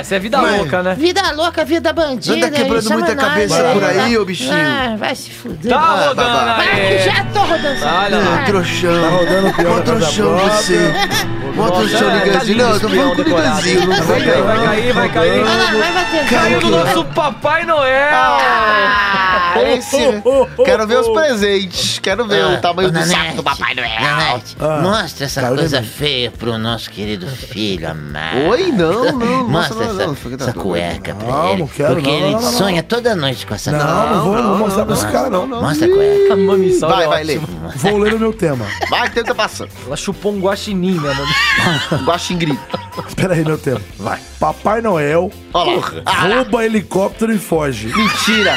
Essa é vida louca, né?
Vida louca, vida bandida.
Anda quebrando
isso é
muita
managem,
cabeça
né?
por aí, ô bichinho.
Ah, vai se fuder.
Tá rodando
babá.
Vai,
aí.
já tô rodando.
Olha lá.
Ah,
um Trouxão.
Tá rodando o peão
Mó
na casa
trouxão
própria.
você. Mó
Nossa,
trouxão
é,
de
tá
Ganzinho.
lindo
Não, eu
esse
tô
peão
falando com o de
decorado.
Ganzinho. não tá
Vai cair, vai cair, vai cair.
Olha lá, vai bater.
Caiu do
Caramba.
nosso Papai Noel.
Ah, esse, né? Quero ver os presentes. Quero
É,
ver o tamanho do saco do Papai Noel.
Nanete,
Ah,
mostra essa
Caiu
coisa
de
feia pro nosso querido filho amado.
Oi, não, não.
Mostra
nossa,
essa,
não, fica
essa
doido.
cueca pra
Não,
ele.
não quero,
porque
não,
ele
não, não, não.
sonha toda noite com essa
Não, não vou, não vou mostrar pra esse cara, não.
Mostra a cueca.
Mami, salve.
Vai, vai, Lê.
Vou ler o meu tema.
Vai, que tempo tá passando.
Ela chupou um guaxinim, né, mano?
Guaxingri.
Espera aí, meu tema. Vai. Papai Noel
Olha lá. Ah,
rouba helicóptero e foge.
mentira.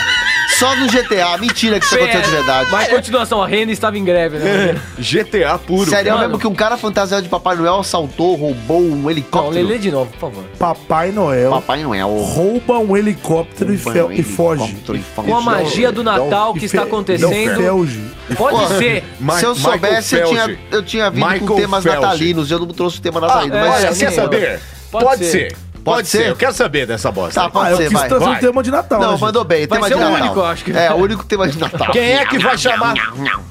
Só no GTA. Mentira que isso aconteceu de verdade.
Mas continuação, a Renda estava em greve, né?
GTA puro.
Sério,
mano.
mesmo que um cara fantasiado de Papai Noel assaltou, roubou um
Não,
helicóptero.
lê de novo, por favor.
Papai Noel
Papai Noel.
rouba um helicóptero e, fel- e foge.
Helicóptero e foge.
Com a magia do Natal que está
fe- Não,
acontecendo.
felge.
Pode ser.
Ma-
Se eu
Michael
soubesse, eu
Phelps.
tinha, eu tinha vindo com
Michael
temas
Phelps.
natalinos. Eu não trouxe o tema
Ah,
natalino, mas... assim,
olha,
sim,
quer
mano.
saber?
Pode
Pode,
ser.
ser.
Pode
Pode ser.
ser?
Eu quero saber dessa bosta.
Tá,
aí.
pode
Ah, eu
ser,
quis
vai.
trazer um
Vai.
tema de Natal. né,
Não,
gente?
mandou bem.
Vai
tema
ser
de
o
Natal.
único, eu acho que-
É, o único tema de Natal.
Quem é que vai chamar?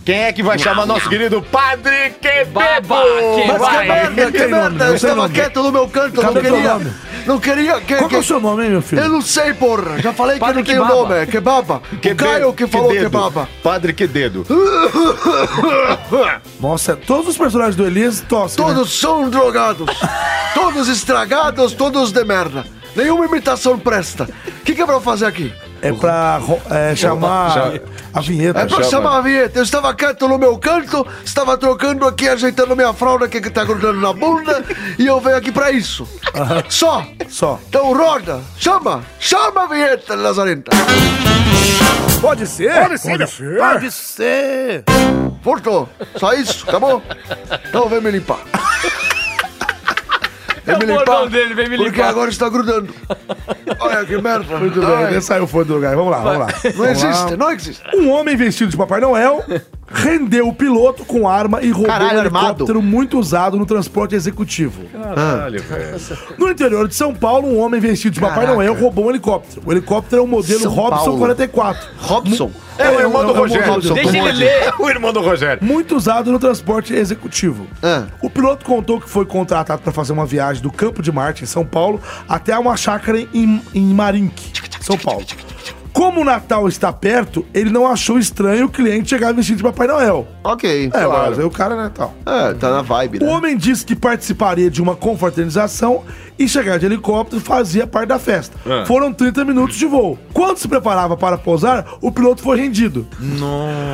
Quem é que vai chamar nosso querido Padre
Babá, que
Quebebo?
Mas que
vai.
merda,
Não
que
tem nome,
merda.
não
Eu
tem
estava
nome.
quieto no meu canto,
Cadê
não
o teu
queria.
nome?
Não queria. que-
Qual que é o
que-
seu nome, hein, meu filho?
Eu não sei, porra. Já falei que eu
Padre
não tenho
Kebaba.
nome. É Kebaba. O
Quebe-
Caio que falou
Quededo.
Kebaba.
Padre Quededo.
Nossa, todos os personagens do Elias tossem. né?
Todos são drogados. Todos estragados, todos de merda. Nenhuma imitação presta. O que, que é pra eu fazer aqui?
É pra ro- é, chamar
Já-
a vinheta.
É pra
Chama.
chamar a vinheta. Eu estava quieto no meu canto, estava trocando aqui, ajeitando minha fralda que que tá grudando na bunda, e eu venho aqui pra isso. Só.
Só.
Então roda, chama, chama a vinheta, Lazarenta.
Pode ser? Pode ser. Pode ser.
Voltou. Só isso, acabou? Então vem me limpar. Vem
É o bordão dele, vem me
Porque
limpar.
agora está grudando. Olha que merda.
Muito bem,
Ai,
Elias saiu fora do lugar. Vamos lá, vamos lá.
Não
Vamos lá.
existe, não existe.
Um homem vestido de Papai Noel rendeu o piloto com arma e roubou
Caralho,
um helicóptero
armado.
muito usado no transporte executivo. Ah.
Caralho, velho.
No interior de São Paulo, um homem vestido de Papai Noel roubou um helicóptero. O helicóptero é o modelo
São
Robson
Paulo.
44.
Robson.
É o irmão do
É o- é o
Rogério.
Robson.
Deixa ele ler.
É O irmão do Rogério.
Muito usado no transporte executivo.
Ah.
O piloto contou que foi contratado para fazer uma viagem do Campo de Marte, em São Paulo, até uma chácara em, em Marinque, São Paulo. Como o Natal está perto, ele não achou estranho o cliente chegar vestido de Papai Noel.
Ok.
É,
claro.
mas aí o cara, né, tal.
É, tá na vibe,
O
né?
homem disse que participaria de uma confraternização e chegar de helicóptero fazia parte da festa.
Ah.
Foram 30 minutos de voo. Quando se preparava para pousar, o piloto foi rendido.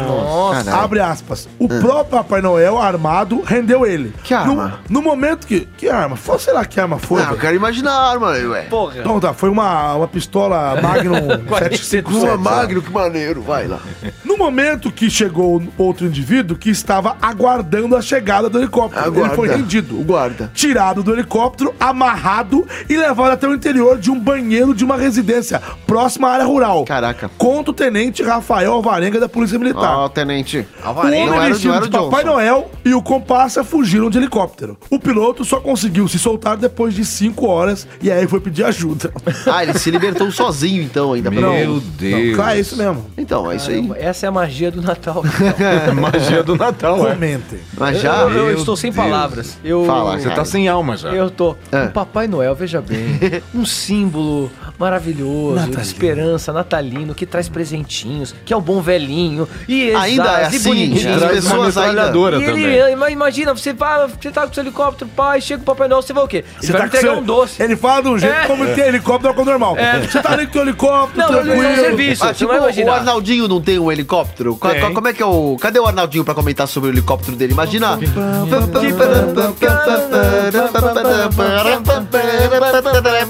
Nossa.
Abre aspas. O próprio Papai Noel, armado, rendeu ele.
Hum. Que arma?
No, no momento que. Que arma? Foi, sei lá que arma foi.
Não, Ah, eu
velho.
quero imaginar a arma, ué.
Porra.
Então tá, foi uma, uma pistola Magnum 757.
Lua
sei lá.
Magno, que maneiro. Vai lá.
No momento que chegou outro indivíduo que estava aguardando a chegada do helicóptero.
Aguarda.
Ele foi rendido.
O guarda.
Tirado do helicóptero, amarrado e levado até o interior de um banheiro de uma residência próxima à área rural.
Caraca.
Conta o tenente Rafael Alvarenga da Polícia Militar.
Ó, tenente.
O homem
Tá. Ah, Não era- não
vestido
era
de
o
Papai
Johnson.
Noel e o comparsa fugiram de helicóptero. O piloto só conseguiu se soltar depois de 5 horas e aí foi pedir ajuda.
Ah, ele se libertou sozinho, então, ainda.
Meu
Não.
Deus.
Claro, é isso mesmo.
Então, é isso aí.
Essa é a magia do Natal. então.
Magia do Natal, é.
Comentem.
Mas já... Ah,
Eu, eu
Meu
estou sem
Deus.
palavras. Eu,
Fala,
Você tá sem alma já.
Eu tô.
É.
O Papai Noel, veja bem, um símbolo maravilhoso
Natalino.
de esperança natalino que traz presentinhos, que é um bom velhinho e exas,
Ainda é
e
assim,
bonitinho.
as
Traz uma
pessoas ainda-
metralhadora
E
também.
ele, ama- mas imagina, você vai, você tá com seu helicóptero, pai, chega o Papai Noel, você vai o quê? Ele vai me
tá com
entregar
seu-
um doce.
Ele fala de um jeito
É.
como tem helicóptero com normal.
É.
Você tá ali com o helicóptero,
Não,
tranquilo.
ele é um serviço,
Ah,
você
tipo,
não vai
o
imaginar.
Arnaldinho não tem um helicóptero? Qual- qual- como é que é o. Cadê o Arnaldinho pra comentar sobre o helicóptero dele? Imagina.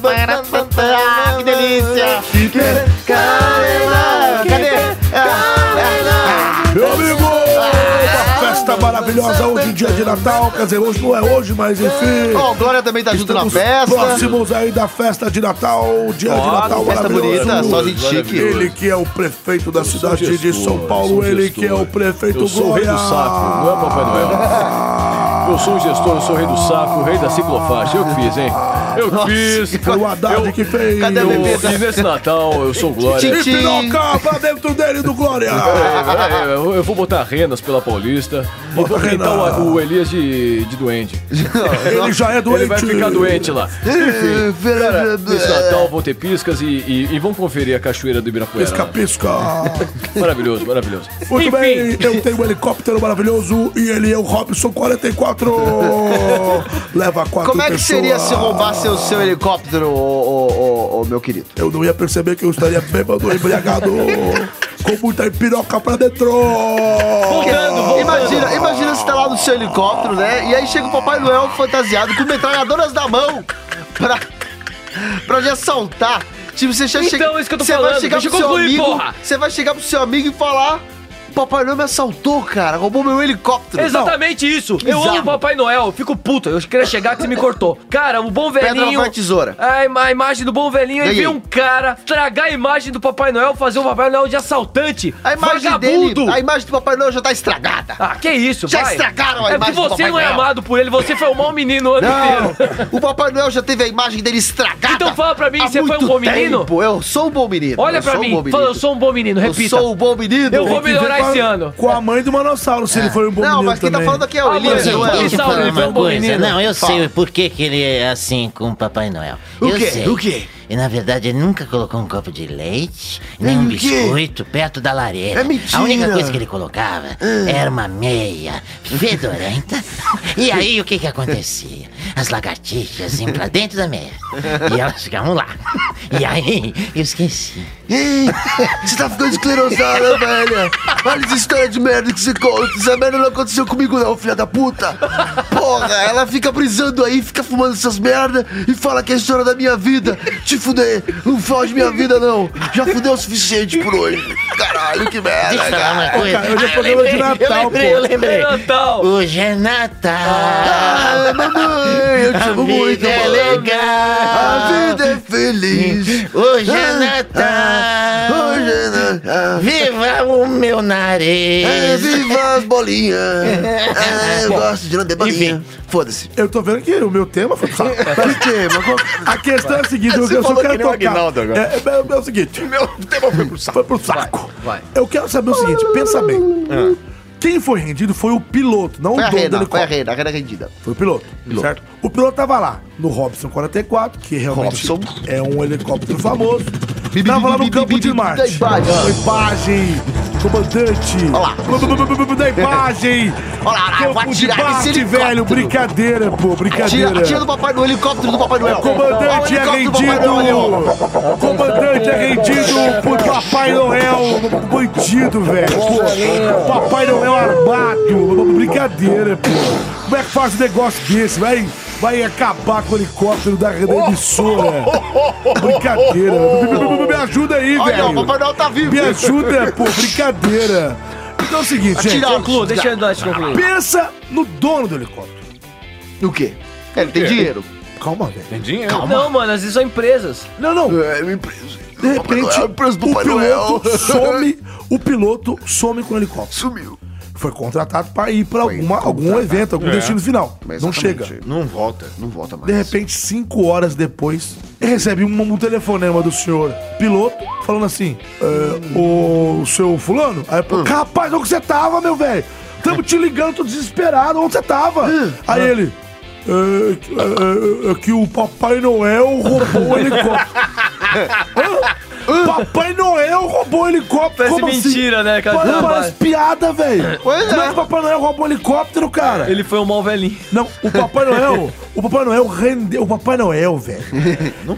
Ah, que delícia! Cadê? Ah,
Meu amigo! Uma festa maravilhosa hoje, em dia de Natal. Quer dizer, hoje não é hoje, mas enfim.
ah. Ó, o Glória também tá junto na
Estamos
festa.
próximos aí da festa de Natal, dia de
Ó,
Natal
festa
maravilhoso.
bonita, só gente chique.
Ele que é o prefeito da cidade de
gestor,
São
eu
Paulo,
sou
ele
gestor.
que é o prefeito
Eu sou o rei do
Glória.
saco, não é Papai Noel.
Eu sou o gestor, eu sou o rei do saco, o rei da ciclofaixa. Eu que fiz, hein? Eu que fiz.
Foi o Haddad
eu,
que fez.
Cadê a
eu
bebida?
fiz nesse Natal, eu sou o Glória.
Tchim,
E
tchim.
Pinocaba dentro dele do Glória!
É, é, Eu vou botar renas pela Paulista. E vou
Bota
pintar
rena.
o, o Elias de, de doente.
Ele já é doente.
Ele vai ficar doente lá.
Eh,
Cara, nesse
eh,
Natal vão ter piscas e, e- e vão conferir a cachoeira do Ibirapuera.
Pisca, pisca.
Maravilhoso, maravilhoso.
Muito
Enfim.
bem, eu tenho um helicóptero maravilhoso e ele é o Robson 44. Leva quatro
Como é que
pessoas.
seria se roubasse o seu helicóptero, ô, ô, ô, ô, meu querido?
Eu não ia perceber que eu estaria bêbado, embriagado, com muita piroca pra dentro.
Imagina, imagina você tá lá no seu helicóptero, né? E aí chega o Papai Noel fantasiado com metralhadoras na mão pra, pra te assaltar. Tipo, você já
Então,
chega.
é isso que eu tô
você
falando,
Vai chegar
deixa
pro
eu
seu
concluir,
amigo,
porra.
Você vai chegar pro seu amigo e falar: Papai Noel me assaltou, cara, roubou meu helicóptero.
Exatamente isso. Eu
bizarro.
amo o Papai Noel, eu fico puto. Eu queria chegar que você me cortou. Cara, o bom
Pedra,
velhinho. É,
papel, tesoura.
A, im- a imagem do bom velhinho e
Ganhei.
veio um cara tragar a imagem do Papai Noel, fazer o Papai Noel de assaltante.
A imagem
vagabundo.
dele, a imagem do Papai Noel já tá estragada.
Ah, que isso,
Já
vai.
estragaram a
É porque
imagem do
você
Papai
não é
Noel.
amado por ele, você foi um mau menino o ano
Não,
inteiro.
o Papai Noel já teve a imagem dele estragada.
Então fala pra mim,
há
você foi um
muito
bom menino?
tempo. Eu sou um bom menino.
Olha
eu
pra
sou um
mim,
bom menino.
fala, eu sou um bom menino,
Eu
repita.
sou um bom menino.
Eu vou
Tem que ver
melhorar
com a-
esse ano.
Com a mãe do Manossauro, se ele for um bom
Não,
menino
mas quem tá
também.
falando aqui é o
Ah,
Elias.
mas
não é?
ele
Deixa eu
Saulo,
falar
ele foi um
uma
bom
coisa.
menino.
Não, eu
Fala.
sei por que, que ele é assim com o Papai Noel.
O
eu
quê?
Sei.
O quê?
E na verdade ele nunca colocou um copo de leite, nem um
O quê?
biscoito perto da lareira.
É mentira. Ah.
A única coisa que ele colocava era uma meia fedorenta. e aí o que que acontecia? As lagartixas iam pra dentro da meia. E elas ficavam lá. E aí eu esqueci.
Ei, você tá ficando esclerosada, velho. Olha essa história de merda que você conta. Essa merda não aconteceu comigo, não, filha da puta. Porra, ela fica brisando aí, fica fumando essas merda e fala que é a história da minha vida. Te fuder, não foge minha vida, não. Já fudeu o suficiente por hoje. Caralho, que merda,
Deixa eu
né?
falar
Ah, cara.
uma coisa.
Cara, hoje é programa de Natal,
Eu
pô.
lembrei.
É Natal.
Hoje é Natal.
Ah, mamãe, eu te
a
amo muito,
vida é
mano. A
legal.
vida é feliz.
Hoje é
Ah,
Natal.
Hoje é Natal.
Viva o meu
É,
nariz!
viva as bolinhas! É, eu gosto de não ter bolinha. Foda-se.
Eu tô vendo que o meu tema foi...
Que tema? Qual-
A questão é a seguinte, eu,
Você
eu só
falou que
quero
nem o
tocar.
Aguinaldo agora.
É, é- é o seguinte. Meu tema foi pro saco. Foi pro saco.
vai.
Eu quero saber o seguinte, pensa bem. Quem foi rendido foi o piloto, não
Foi
o
a
dono do
rena, foi a
helicóptero.
rena, a rena rendida.
Foi o piloto, certo? O piloto tava lá no Robson 44, que realmente
Robson.
é um helicóptero famoso. Tava lá no campo de
Da
Marte.
imagem.
Da imagem, comandante. Olha
lá.
Da imagem.
Olha lá, eu vou
Campo de
atirar nesse
Marte,
helicóptero.
velho. Brincadeira, pô,
Tira,
brincadeira.
tira do papai do helicóptero do Papai Noel. Olha o
Comandante é
helicóptero do Papai
rendido!
Noel, olha, ó.
Comandante é rendido por Papai Noel bandido, velho! Pô, Papai Noel armado! Brincadeira, pô! Como é que faz um negócio desse? Vai, vai acabar com o helicóptero da, da emissora! Brincadeira! Me- me- Me ajuda aí,
Olha, o
velho!
Papai Noel tá vivo.
Me ajuda, pô! Brincadeira! Então é o seguinte, gente.
Atirar.
Conclua, deixa eu deixa eu concluir.
Pensa no dono do helicóptero.
O quê? É, Ele tem dinheiro.
Calma, velho.
Tem dinheiro.
Não, mano, às vezes são empresas.
Não, não.
É, me preso.
De repente,
Noel, preso do
o
Papai
piloto
Noel.
some, o piloto some com o helicóptero.
Sumiu.
Foi contratado para ir para alguma, algum
contratado.
evento, algum
É.
destino final.
Mas
Não
exatamente,
chega.
Não volta.
Não volta mais.
De repente, cinco horas depois, ele recebe um, um telefonema do senhor piloto falando assim: é, O seu fulano? Aí,
Hum.
pô, rapaz, onde você tava, meu velho? Tamo te ligando, tô desesperado, onde você tava?
Hum. Ah.
Aí ele. É, que- é, é, é que o Papai Noel roubou o helicóptero. Hã? Papai Noel roubou o helicóptero.
Parece
Como assim?
mentira, né, cara?
Olha,
Não,
parece piada, velho.
Pois
Como
é.
é que o Papai Noel roubou o helicóptero, cara?
Ele foi um mau velhinho.
Não, o Papai Noel, o Papai Noel rendeu, o Papai Noel, velho.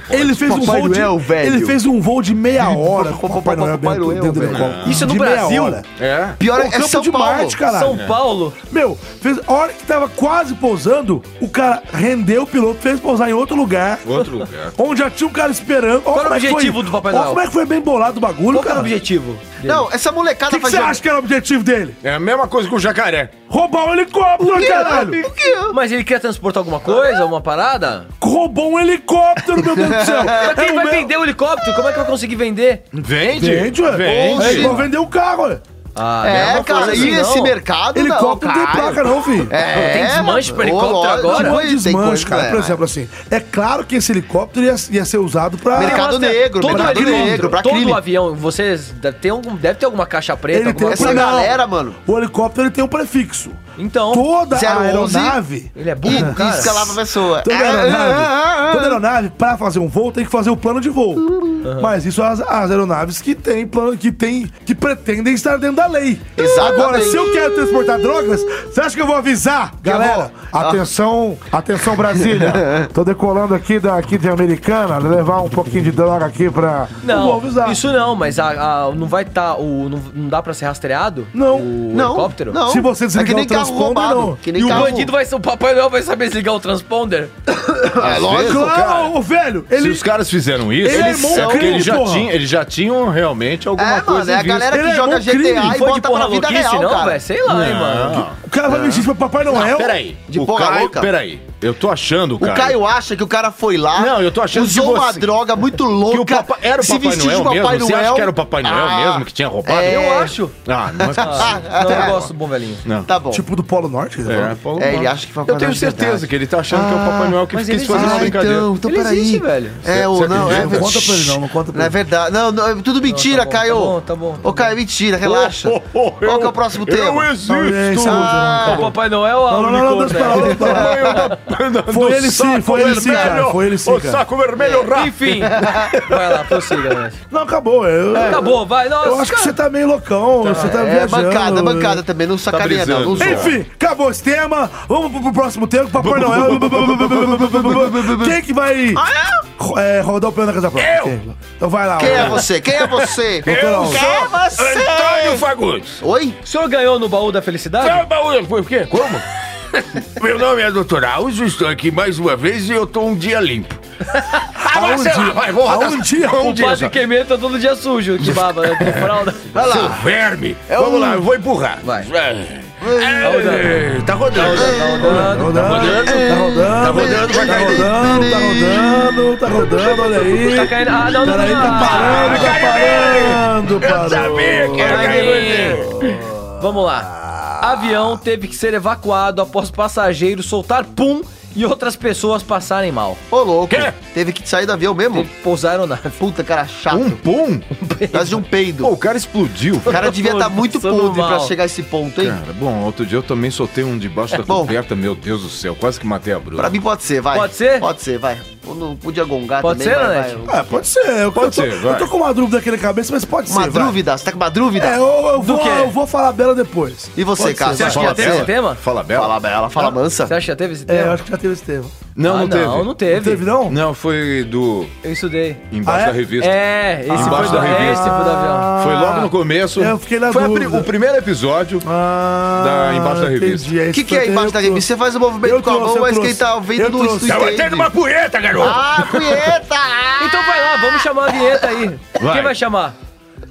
Ele fez um
Papai
voo
Noel,
de,
velho.
ele fez um voo de meia hora com o Papai Noel
Papai
dentro,
Noel,
dentro do
velho.
helicóptero.
Isso no
De meia
Brasil?
hora.
É.
Pior é,
Pô,
é
campo
São É.
de
Paulo.
Marte, caralho.
São Paulo.
Meu, fez, a hora que tava quase pousando, o cara rendeu o piloto, fez pousar em outro lugar.
Outro lugar.
Onde já tinha um cara esperando. Olha
Qual era o
como é que foi-
objetivo do Papai
olha
Noel?
como é que foi bem bolado o bagulho,
Qual que era
cara.
o objetivo? dele?
Não, essa
O
molecada
que que você acha que era o objetivo dele?
É a mesma coisa que o jacaré.
Roubar um helicóptero, caralho!
O quê?
Mas ele quer transportar alguma coisa, alguma parada?
Roubou um helicóptero, meu Deus do céu!
Mas
É
quem
o
vai
meu-
vender o helicóptero? Como é que vai conseguir vender?
Vende?
Vende, ué.
Vende.
É igual vender um carro, ué.
Ah,
É,
uma
cara,
força
e
assim,
esse
não.
mercado... não,
Helicóptero não tem
cara.
placa, não, filho.
É,
Tem desmanche pra helicóptero
lógico,
agora?
tem
Não é desmanche,
coisa,
cara.
é,
Por exemplo, assim, é claro que esse helicóptero ia, ia ser usado pra...
Mercado
Nossa,
negro,
todo
mercado
helicóptero,
negro, pra
todo
crime.
avião, vocês deve ter, algum, deve ter alguma caixa preta,
Ele tem
alguma
um
Essa
coisa.
Não.
galera, mano.
O helicóptero ele tem um prefixo.
Então,
Toda a
011.
aeronave...
ele é burro,
E
cara.
descalava a pessoa.
Toda
Ah, ah, ah,
aeronave,
ah.
toda aeronave, pra fazer um voo, tem que fazer o plano de voo. Mas isso as, as aeronaves que têm plano, que tem, que pretendem estar dentro da lei.
Exatamente.
Agora, se eu quero transportar drogas, você acha que eu vou avisar? Galera, atenção, atenção Brasília. Tô decolando aqui daqui de Americana, levar um pouquinho de droga aqui pra... Eu vou
Não,
avisar.
isso não, mas a, a- não vai estar. o não, não dá pra ser rastreado?
Não.
O
Não,
helicóptero?
não.
Se você desligar
É que nem
o
carro
transponder,
roubado,
não.
que nem
E o
carro-
bandido vai ser. O Papai Noel vai saber desligar o transponder?
É lógico.
Claro, ô, velho,
Se
ele...
os caras fizeram isso,
Ele é irmão
é porque
crime,
eles já,
porra.
tinham, eles já tinham realmente alguma
É,
coisa
mano, é
em
a
vista.
galera
Ele
que
é
joga
bom crime,
GTA e
Foi de
bota
porra
pra vida
louquice,
real,
não,
cara.
velho? Sei lá, hein, mano.
O cara vai mentir pra Papai Noel.
Ah, Peraí,
É um De
o
porra
Caio,
louca.
peraí, eu tô achando,
O
cara.
Caio acha que o cara foi lá,
Não, eu tô achando
usou
que você-
uma droga muito louca,
que o papai, era o
se
Papai
vestiu
Noel
de
mesmo?
Papai
Você
Noel.
acha que era o Papai Noel
Ah,
mesmo que tinha roubado?
É.
Eu acho.
Ah, não é
Ah,
possível.
não, eu gosto do bom velhinho.
Não.
Tá bom.
Tipo do Polo Norte? quer dizer,
É, Paulo
é, ele
Paulo.
acha que foi
Eu tenho certeza que ele tá achando que é o Papai Noel que
mas
quis
ele
fazer essa
Ah,
brincadeira.
então, então
Ele
peraí.
existe, velho.
É, ou
Você
não, é
acredita?
verdade.
Não conta pra ele, não, não conta pra
Não é
ele.
verdade. Não, não, é tudo mentira,
bom, tá
Caio.
bom, tá bom, tá
Ô, Caio, é mentira, relaxa.
Oh, oh,
Qual
eu-
que é o próximo
Eu
tema?
Audiência,
existo!
Ah,
O Papai Noel é
Não, não, não, não, deixa pra lá, deixa pra lá.
Tamanho da- do
Foi ele sim,
saco
foi ele sim, cara,
vermelho,
foi ele sim,
O
cara.
saco vermelho rápido.
né? Enfim. vai lá, prossiga,
né?
Mestre.
Não, acabou. Eu,
Acabou, tá vai. Nossa,
Eu acho que você tá meio loucão, você tá
É,
viajando. Tá
bancada, bancada também. Não sacaneia, não. não
brisando.
zoa.
Enfim, acabou esse tema. Vamos pro, pro próximo tema, Papai Noel. Quem que vai ro- é, rodar o pé na casa própria? Quem? Então vai lá. Então,
Quem é
vai.
você? Quem é você?
Doutor
Quem é você?
Antônio Fagundes.
Oi?
O senhor ganhou no baú da felicidade?
Ah, baú, foi o quê? Como? Meu nome é Dr. Alzo, estou aqui mais uma vez e eu tô um dia limpo. Ah, mas sei lá, vai, vou rodar.
Há um dia.
Há um
O padre
só.
Quemedo tá todo dia sujo, de baba, né? Com fralda.
Vai
Seu
lá.
verme.
É um.
Vamos lá, eu vou empurrar.
Vai.
Ah,
rodando.
Tá rodando.
Tá rodando.
Tá rodando, tá rodando,
vai cair.
tá rodando, tá rodando, tá rodando, tá rodando, olha aí.
Tá caindo. Ah, não, não,
Peraí, tá
não.
parando, tá parando,
Eu sabia que
parou.
era
Aí.
cair.
Vamos lá. Avião teve que ser evacuado após passageiro soltar pum e outras pessoas passarem mal.
Ô, louco.
é?
Quê?
Teve que sair do avião mesmo?
Teve que pousar a aeronave.
Puta, cara chato.
Um pum?
Nós de um peido.
Pô, o cara explodiu.
O cara devia estar muito
Passando
podre pra
mal.
chegar a esse ponto, hein?
Cara, bom, outro dia eu também soltei um debaixo da
bom.
coberta, meu Deus do céu, quase que matei a Bruna.
Pra mim pode ser, vai.
Pode ser?
Pode ser, vai. Eu não podia gongar
Pode
também,
ser, né,
vai,
Nanete?
vai.
É, pode ser. Eu,
Pode
eu tô,
ser, vai.
eu tô com uma dúvida aqui na cabeça, mas pode
Uma
ser. vai.
dúvida? Você tá com uma dúvida?
É, eu, eu
Do
vou,
quê?
eu vou falar dela depois.
E você,
Pode
cara?
ser,
Você acha que
vai.
ia
Fala
Pode
ter?
ser.
bela,
tema?
Fala
fala bela.
bela, fala mansa.
Você acha que já teve esse
É,
tema?
eu acho que já teve esse tema.
Não,
Ah,
não teve.
Não, não
Não teve,
teve.
não?
Não, foi do.
Eu estudei.
Embaixo
Ah, é?
da revista.
É, esse foi
Embaixo
do,
da
é,
revista.
esse foi do avião.
Foi logo no começo.
É, eu fiquei na
Foi a
dúvida.
pri- o primeiro episódio.
Ah,
Da- embaixo da revista.
entendi,
O
esse
que, que é
foi-
embaixo da
eu
revista? Você faz o movimento
Eu
com a mão,
trouxe, eu
mas quem
trouxe.
tá ouvindo
Eu
do
trouxe.
estúdio.
Tá
entende.
punheta, garoto!
Ah, punheta!
Então vai lá, vamos chamar a vinheta aí. Quem vai chamar?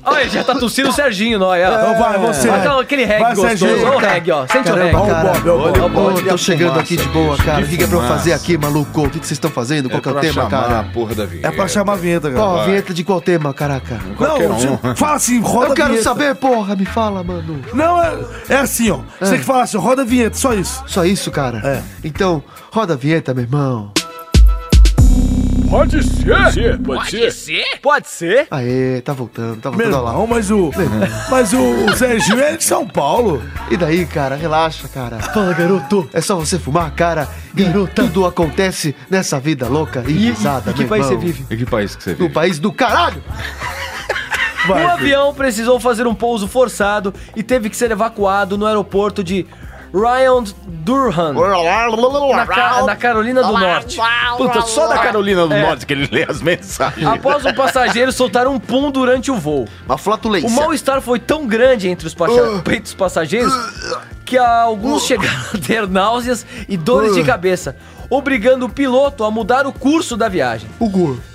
Olha, já tá tossindo o Serginho, não, olha.
Então vai, você.
Aquela- aquele reggae
Vai,
é gostoso.
Serginho.
Olha o reggae, ó. Sente o
Caramba,
reggae.
Olha o Bob, olha o Bob.
Olha o Bob.
Ô, tô chegando aqui de boa, cara. O que, que é pra eu
fumaça.
fazer aqui, maluco? O que, que vocês estão fazendo? Qual que é o
pra
tema,
chamar
cara?
a porra da
É
vinheta.
pra chamar a vinheta, cara.
Porra, a vinheta de qual tema, caraca?
qualquer
não,
um.
tipo, fala assim, roda
Eu
a
quero
vinheta.
saber, porra, me fala, mano.
Não, é, é assim, ó. Você tem que falar assim, roda a vinheta, só isso.
Só isso, cara?
É.
Então, roda a vinheta, meu irmão.
Pode ser. Pode ser.
Pode ser?
Aê, tá voltando, tá
Meu
voltando, olha lá.
irmão, mas o. Mas o, o Serginho é de São Paulo.
E daí, cara, relaxa, cara. Fala, garoto. É só você fumar, cara. Garota. Tudo acontece nessa vida louca e,
E,
pesada,
e que
meu
país você
irmão.
vive?
E que país que você viu?
No país do caralho.
O Um avião precisou fazer um pouso forçado e teve que ser evacuado no aeroporto de Ryan Durham, na, Ca- na Carolina do Norte. É.
Puta, só da Carolina do Norte que ele lê as mensagens.
Após um passageiro soltar um pum durante o voo.
Uma flatulência.
O mal-estar foi tão grande entre os pacha- entre os passageiros que alguns chegaram a ter náuseas e dores de cabeça, obrigando o piloto a mudar o curso da viagem.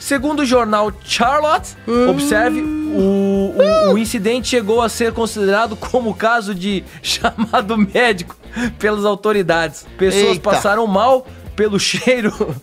Segundo o jornal Charlotte, observe, o, o- o incidente chegou a ser considerado como caso de chamado médico pelas autoridades. Pessoas
Eita.
passaram mal pelo cheiro.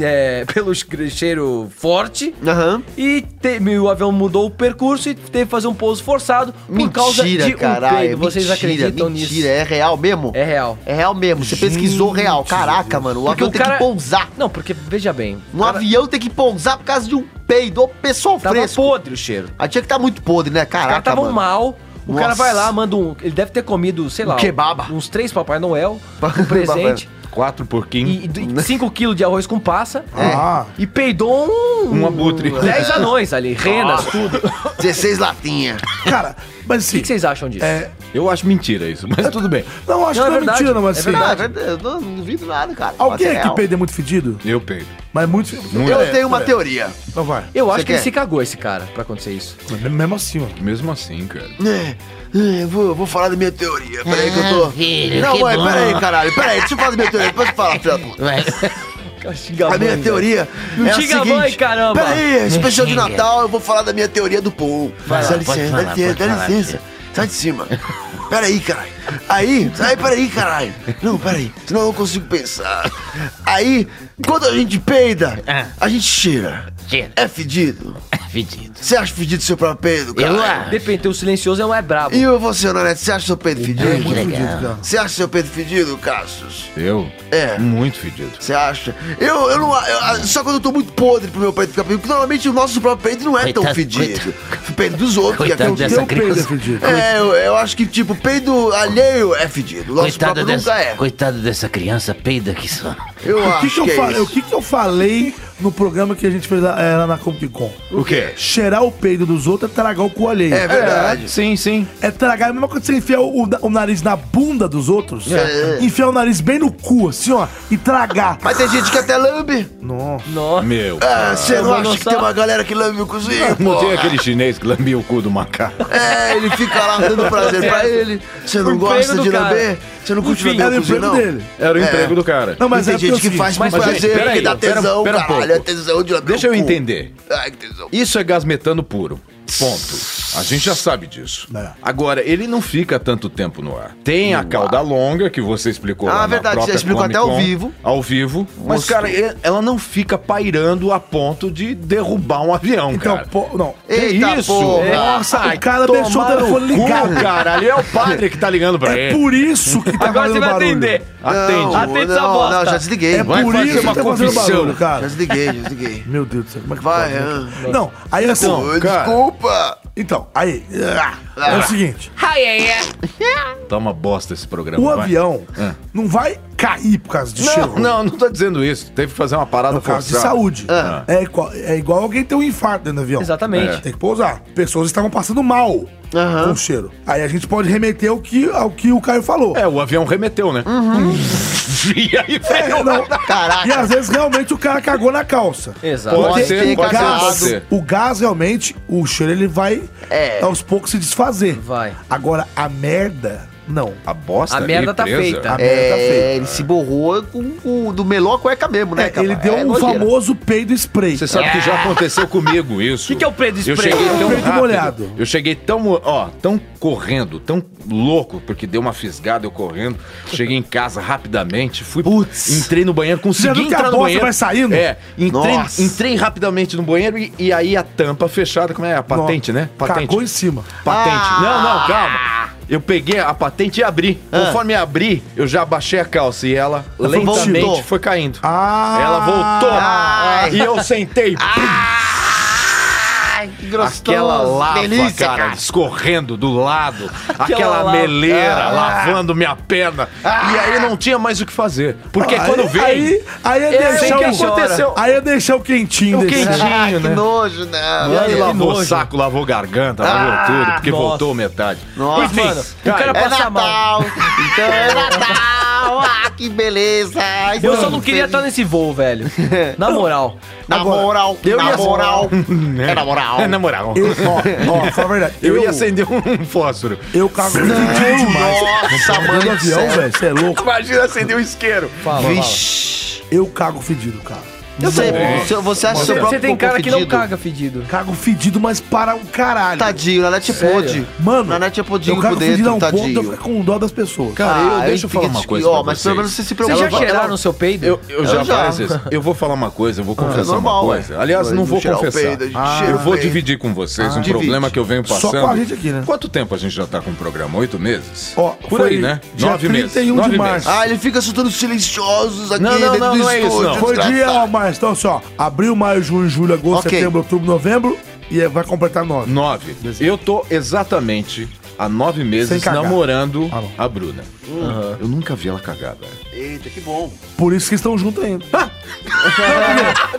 é, pelo cheiro forte.
Aham.
E teve- o avião mudou o percurso e teve que fazer um pouso forçado por causa de um peido. Vocês acreditam
mentira,
nisso?
é real mesmo?
É real.
É real mesmo, você pesquisou real. Caraca, mano, o
Porque
avião
o
tem
cara-
que pousar.
Não, porque veja bem.
Um avião tem que pousar por causa de um peido. Ô, pessoal
Tava
fresco.
podre o cheiro.
Aí tinha que tá muito podre, né?
Os caras
Caraca,
estavam
mano.
mal. O
Nossa. Um
cara vai lá, manda um. Ele deve ter comido, sei lá.
kebaba.
Uns três Papai Noel. Um presente.
4 por 15.
e 5kg de arroz com passa.
Ah,
E peidou um.
Um abutre.
10 anões ali, renas, tudo. O
16 latinhas.
cara, mas assim...
que que vocês acham disso?
É,
Eu acho mentira isso, mas tudo bem.
não, acho
Não, é
que não é
verdade,
mentira, não, mas
é
assim...
verdade.
Não, eu não duvido nada, cara.
Alguém
Mas é
aqui
real.
peido é muito fedido?
Eu peido.
Mas muito fedido.
Não
Eu
é.
tenho uma teoria.
Então vai.
Eu acho que ele
quer?
se cagou, esse cara, pra acontecer isso.
Mas Mesmo assim, ó.
Mesmo assim, cara.
É, é, eu vou, eu vou falar da minha teoria. Peraí que eu
Ah,
tô.
filho,
não,
que
mãe,
bom.
peraí, caralho. Peraí, deixa eu falar da minha teoria. Depois eu falo, filha da puta.
Vai.
A minha teoria
Não
é a
xinga a
seguinte.
mãe,
Tá
caramba.
Peraí, é especial de
xinga.
Natal, eu vou falar da minha teoria do pão.
Vai lá,
dá
pode
licença,
falar,
dá licença,
pode
dá
falar,
licença. Sai de cima. Peraí, caralho. Aí, sai, peraí, caralho. Não, peraí, senão eu não consigo pensar. Aí, quando a gente peida,
Ah.
a gente cheira.
Cheira.
É fedido.
Fedido.
Você acha fedido seu próprio peido,
Eu
cara?
acho.
Depende, o silencioso é um é brabo.
E você, Nanete, você acha seu peido
Ai,
fedido?
que legal.
Fedido,
Você acha seu peito fedido, Cassius?
Eu?
É.
Muito fedido.
Você acha? Eu, eu não. eu- ah, só quando eu tô muito podre pro meu peito ficar fedido, porque normalmente o nosso próprio peito não é tão
Coitado,
fedido. O peito dos outros, que é
Coitado
que eu-
dessa
Teu peido é
criança.
fedido.
É, eu, eu acho que, tipo, peido alheio é fedido. O nosso
Coitado
próprio
dessa,
nunca é.
coitado dessa criança peida que só.
Eu
O que,
acho
que
que,
eu
é
falei, o
isso.
que, que eu falei no programa que a gente fez lá, é, lá na Comic Con?
O quê?
Cheirar o peido dos outros é tragar o cu alheio.
É
É,
verdade.
Sim, sim.
tragar, é a mesma coisa que você enfiar o, o na- o nariz na bunda dos outros,
É.
enfiar o nariz bem no cu, assim, ó, e tragar.
Mas tem gente que até lambe.
Nossa.
Nossa.
Meu.
Ah, você não
vou
acha que
lançar.
tem uma galera que lambe o cozinho?
Não tem aquele chinês que lambia o cu do macaco.
É, ele fica lá dando prazer pra ele. Você não
Emprego
gosta
do
de
cara.
lamber? Você não curte
Enfim,
lamber
Era
o
É o
cozinho,
emprego
não?
dele.
Era o
É.
emprego do cara.
Não, mas
e tem
é porque é o
gente que
seguinte,
faz com
mas, gente,
prazer,
peraí,
que dá
pera-
tesão,
pera um pouco.
caralho, é tesão de lamber
Deixa
o
eu
cu.
entender.
Ai, que tesão.
Isso é gás metano puro. Ponto. A gente já sabe disso.
É.
Agora, ele não fica tanto tempo no ar. Tem a cauda longa, que você explicou
Ah,
lá na
verdade,
própria
já explicou
Comic
até ao
Con,
vivo.
Ao vivo. Mas,
Mostrou.
cara, e- ela não fica pairando a ponto de derrubar um avião,
Então,
cara.
pô, não.
Que
Eita
isso? É.
porra.
Nossa, o cara
tomar
deixou o
no
telefone
cu,
ligado.
cara. Ali é o padre que tá ligando pra
É
ele.
por isso que tá
Agora você
fazendo
vai
barulho.
atender.
Atende.
Atende essa
não,
bosta.
Não, já desliguei.
É
Vai
por
fazer
isso
uma
que tá fazendo
confissão.
barulho,
Já
cara.
desliguei, já desliguei.
Meu Deus do céu, como é que
Vai,
pode, né?
Ana.
Não, aí assim,
Então, cara.
Desculpa. Ah.
então, aí, é o seguinte,
Ai, ai, ai.
Tá uma bosta esse programa.
o
vai.
avião
Ah.
não vai cair por causa de cheiro.
Não, não, não tô dizendo isso. Teve que fazer uma parada
É um caso de
forçada.
saúde.
Ah.
É, igual, é igual alguém ter um infarto dentro do avião.
Exatamente.
Tem que pousar. Pessoas estavam passando mal com o cheiro. Aí a gente pode remeter ao que, ao que o Caio falou.
É, o avião remeteu, né? e aí
Uhum. É,
veio.
não.
Caraca.
E às vezes realmente o cara cagou na calça.
é.
Exato.
Pode
Pode
ser,
ter
É, pode ser,
cagado.
pode ser.
O gás realmente, o cheiro ele vai
É.
aos poucos se desfazer.
Vai.
Agora, a merda, não.
A bosta
A
ali
merda tá
presa.
feita.
A merda
É,
feia.
ele se borrou com o do meló cueca mesmo, né,
É, ele deu
É
um
nojeira.
famoso peido spray.
Você sabe que já aconteceu comigo isso.
É. Que que é o preto
Eu
spray?
cheguei
É o
tão
preto
rápido,
molhado.
Eu cheguei tão, ó, tão correndo, tão louco, porque deu uma fisgada eu correndo. Cheguei em casa rapidamente, fui, entrei no banheiro,
Já
consegui
viu que a
entrar no
bosta
banheiro.
vai saindo?
É, entrei,
Nossa.
entrei rapidamente no banheiro e, e aí a tampa fechada, como é a patente,
Não,
né? Patente.
Cagou em cima.
Patente. Não, não, calma. Eu peguei a patente e abri. Conforme abri, eu já abaixei a calça e ela lentamente
voltou.
foi caindo.
Ah!
Ela voltou. Ah!
Ai.
E eu sentei.
Ai, que gostoso.
Aquela lava,
Delícia,
cara,
cara.
escorrendo do lado. aquela
lava.
meleira lavando minha perna. E aí não tinha mais o que fazer. Porque
Aí-
quando veio...
Aí, aí é
Eu
deixar
sei
o
que aconteceu.
Aí é deixar o quentinho
O
desse-
quentinho.
Ah, que
né?
nojo, não.
E aí
que
lavou
nojo.
o saco, lavou garganta, lavou tudo, porque
nossa.
voltou metade.
Nossa.
Enfim,
Mano, o
cara,
cara
É
passa mal.
Natal. Então é Natal. Ah, que beleza. Ai,
Eu só
mano,
não queria
feliz.
estar nesse voo, velho. Na moral.
Na moral,
eu
na
ia-
moral.
Né?
É na moral.
é na moral.
Eu, ó, ó, fala a verdade.
Eu, ia acender um fósforo.
Eu cago em cima demais.
Nossa,
Dentro do
mano do
avião,
céu.
velho, você é louco.
Imagina acender um isqueiro.
Fala, fala.
Vixe.
Eu cago fedido, cara.
Eu sei, você- você acha seu próprio
Você tem
cocô
cara que não
fedido.
caga fedido.
Cago fedido, mas para o caralho.
Tadinho, na net é
Sério?
pode.
Mano,
na net é
eu
podinho
cago
por
fedido a
dentro,
um ponto de eu
tadinho. Ah, é
ficar com dó das pessoas.
Cara, eu,
Ah,
deixa eu
fica
falar uma
des-
coisa
Ó,
pra
mas pelo
vocês.
menos você se preocupa. né?
Vocês já cheiraram
Ela-
no seu peido?
Eu, eu já,
Eu já.
parece isso. Eu vou falar uma coisa,
É
eu vou confessar
normal,
uma coisa. Aliás,
ué.
não vou
Cheirar o
confessar. Ah,
peido, a gente cheira
eu
o
vou
peido.
dividir com vocês um
Divide.
problema que eu venho
Ah, Só
passando.
com a gente aqui, né?
Quanto tempo a gente já tá com o programa? Oito meses?
Ó,
por aí, né?
Dia
Nove
31
meses. Nove
de março.
meses.
Ah, ele fica soltando silenciosos aqui
Não, não,
dentro
não,
do
não é isso,
estúdio.
não.
Foi dia,
desgraçado.
ó, Márcio. Então, assim, ó. Abril, maio, junho, julho, agosto,
Ok.
setembro, outubro, novembro. E é- vai completar nove.
Ah, Nove. Eu tô exatamente há nove
Sem
meses
cagar.
namorando
Ah, não.
a Bruna. Eu nunca vi ela cagar, velho.
Eita, que bom.
Por isso que estão juntos ainda.
Ah,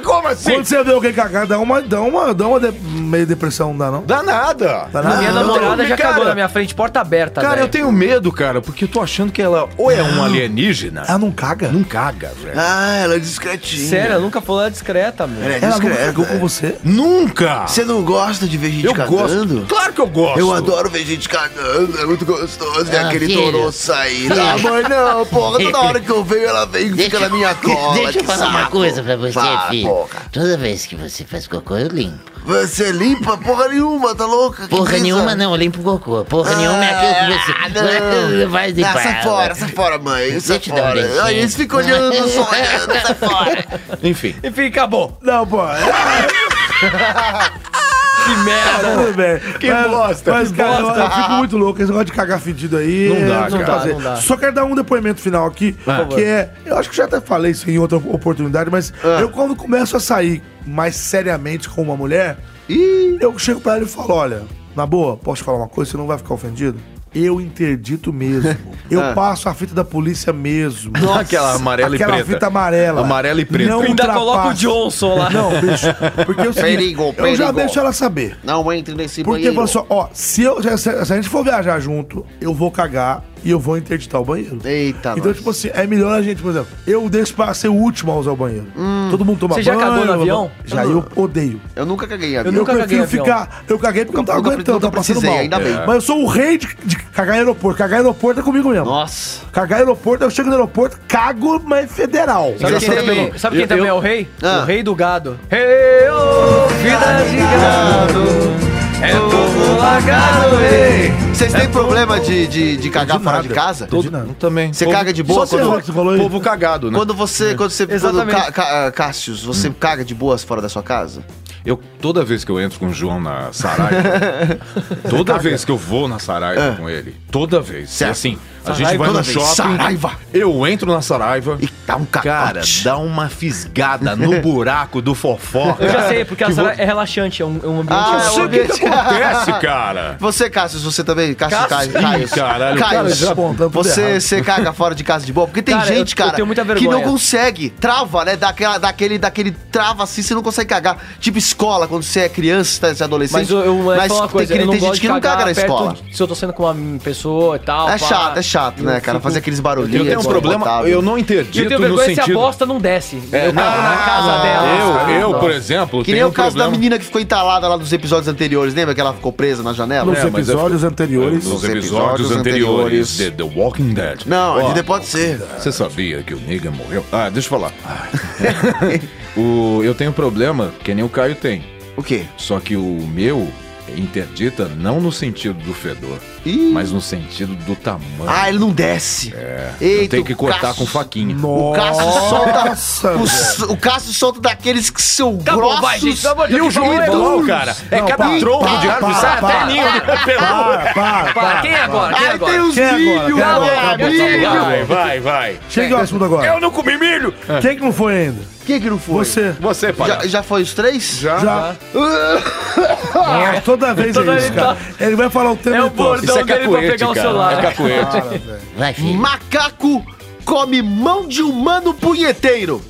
Como assim?
Quando você vê alguém cagar, dá uma, dá uma, dá uma de- meio depressão, não dá não?
Dá nada.
Dá
A
nada?
minha
eu
namorada
tenho-
já cagou
cara,
na minha frente, porta aberta.
Cara,
velho.
eu tenho medo, cara, porque eu tô achando que ela ou é um alienígena.
Ela não caga?
Não caga, velho.
Ah, ela é discretinha.
Sério, eu nunca falou ela discreta, meu.
Ela é
Ela nunca
discreta.
cagou com você?
Nunca!
Você não gosta de ver gente
Eu
cagando?
gosto. Claro que eu gosto.
Eu adoro ver gente cagando, é muito gostoso ver
Ah,
aquele
filho.
touro sair. Ah, mãe, não, porra, toda hora que eu venho, ela vem e fica na minha cola.
Deixa eu
que
falar uma
saco.
coisa pra você,
Fala,
filho.
porra.
Toda vez que você faz cocô, eu limpo.
Você limpa porra nenhuma, tá louca? Que
Porra
brisa.
nenhuma não, eu limpo o cocô. Porra
Ah,
nenhuma é aquilo que você
não.
vai
Ah,
limpar.
sai fora, sai fora, mãe. Sai
Deixa eu dar um beijinho.
fora. Aí eles ficam olhando, só olhando, sai fora.
Enfim.
Enfim, acabou.
Não, pô. é
Que merda.
Tudo bem.
Que
mas,
bosta,
Mas,
que
cara, eu-
bosta.
Eu, fico muito louco. Esse negócio de cagar fedido aí.
Não dá,
vou
cara.
fazer.
Não dá, não dá.
Só quero dar um depoimento final aqui, que é. Eu acho que já até falei isso em outra oportunidade, mas
É.
eu quando começo a sair mais seriamente com uma mulher, eu chego pra ela e falo: olha, na boa, posso te falar uma coisa? Você não vai ficar ofendido? Eu interdito mesmo. Eu passo a fita da polícia mesmo.
Nossa. É. Aquela amarela e
Aquela
preta.
fita amarela.
Amarela e preta.
Não
Eu
Ainda coloca o
ultrapassa.
Johnson lá.
Não, bicho. Porque eu,
Perigo,
eu já
perigo.
deixo ela saber.
Não entre nesse
Porque
banheiro.
falou só, ó, se, eu, se, se a gente for viajar junto, eu vou cagar e eu vou interditar o banheiro.
Eita,
Então,
nós.
tipo assim, é melhor a gente, por exemplo, eu deixo pra ser o último a usar o banheiro.
Hum.
Todo mundo toma
Você já
banho.
cagou no
blá, blá,
avião?
Já, eu odeio.
Eu nunca caguei a
Eu
vida.
nunca
eu
caguei
prefiro
em avião.
ficar. Eu caguei porque eu não tava
Nunca-
aguentando,
nunca
tava passando mal.
precisei, ainda bem.
Mas eu sou o rei de, de cagar em aeroporto. Cagar em aeroporto é comigo mesmo.
Nossa.
Cagar em aeroporto, eu chego no aeroporto, cago, mas é federal.
Sabe quem,
Engraçado
também,
pelo-
sabe quem
eu-
também
eu-
é o rei?
Ah.
O rei do gado. Rei, ô, vida de gado, é povo largado, rei.
Vocês têm problema de, É de, de cagar
De
fora
nada.
de casa?
Todo- Não.
então
Também.
Você caga de boa
Só você
quando,
que você falou aí.
Povo cagado, né?
quando você. Quando você. Quando
Exatamente.
Ca- Ca- Cássius, você caga de boas fora da sua casa?
Eu, toda vez que eu entro com o João na Saraiva, toda vez que eu vou na Saraiva com ele, toda vez.
É. Certo.
E assim, a gente vai
toda
no
vez.
shopping,
Saraiva.
eu entro na Saraiva
E dá um
Cara,
cacote.
dá uma fisgada no buraco do fofoca.
Eu já sei, porque a sala é relaxante, é um, é um ambiente...
Ah,
Não
é um
sei o que,
ambiente.
que acontece, cara.
Você, Cássio, você também? Cássio,
Cássio?
Cássio.
Ih, caralho, o cara
Cássio,
já
apontou tudo
você,
errado.
você caga fora de casa de boa? Porque tem
Cara, eu-
gente,
eu
cara,
tenho muita
que não
vergonha.
consegue. Trava, né? Daquela, daquele, daquele trava assim, você não consegue cagar. Tipo escola, quando você é criança, tá, você é adolescente.
Mas eu, eu vou
mas
falar uma coisa,
tem,
eu
tem
não gosto
gente que
de
não caga
cagar
na
perto
escola.
de- se eu tô saindo com uma pessoa e tal...
É
pá.
chato, é chato, né,
Eu
cara?
fico-
Fazer aqueles barulhinhos.
Eu tenho um problema, eu não
Eu
interdito
tenho
no
vergonha é se a
sentido...
bosta não desce.
É,
eu cago na
ah,
casa dela.
Eu, eu
Não.
por exemplo,
Ah, Que nem
tenho um
o caso
problema-
da menina que ficou entalada lá nos episódios anteriores, lembra que ela ficou presa na janela?
Nos
É, mas eu-
episódios anteriores.
Nos
Nos
episódios
episódios
anteriores
anteriores.
de The Walking Dead.
Não,
Ó,
ainda pode ser.
Você sabia que o Negan morreu? Ah, deixa eu falar. o, eu tenho um problema que nem o Caio tem.
O quê?
Só que o meu interdita não no sentido do fedor,
Ih.
mas no sentido do tamanho.
Ah, ele não desce.
é. Eu
Eita,
tenho que
o
cortar
Cássio-
com faquinha.
O Cássio
Nossa,
solta. o
velho.
s- O, Cássio solta daqueles que são
Tá bom,
grossos.
vai, gente. pelo amor de
E o
Deus,
João é
vamos-
bom, cara. É
Não,
cada
para,
tronco
para,
de árvore,
para,
sai até
para,
ninho do
Para, para,
Para, quem é agora? Quem é
Aí tem
agora?
os
Quem é agora?
vídeos,
Quem é agora?
galera.
Acabou,
vídeo.
acabou,
Vai,
acabou.
vai, vai.
Chega o assunto agora.
Eu não comi milho.
Quem que não foi ainda?
Quem que não foi?
Você.
Você, pai.
Já, já foi os três?
Já. Ah, toda vez
Toda
é
vez
isso, cara. Ele vai falar o tema
É o
e tosse.
bordão.
um
Então dele pra pegar o celular.
É cacoete.
Vai, filho.
Macaco come mão de humano punheteiro.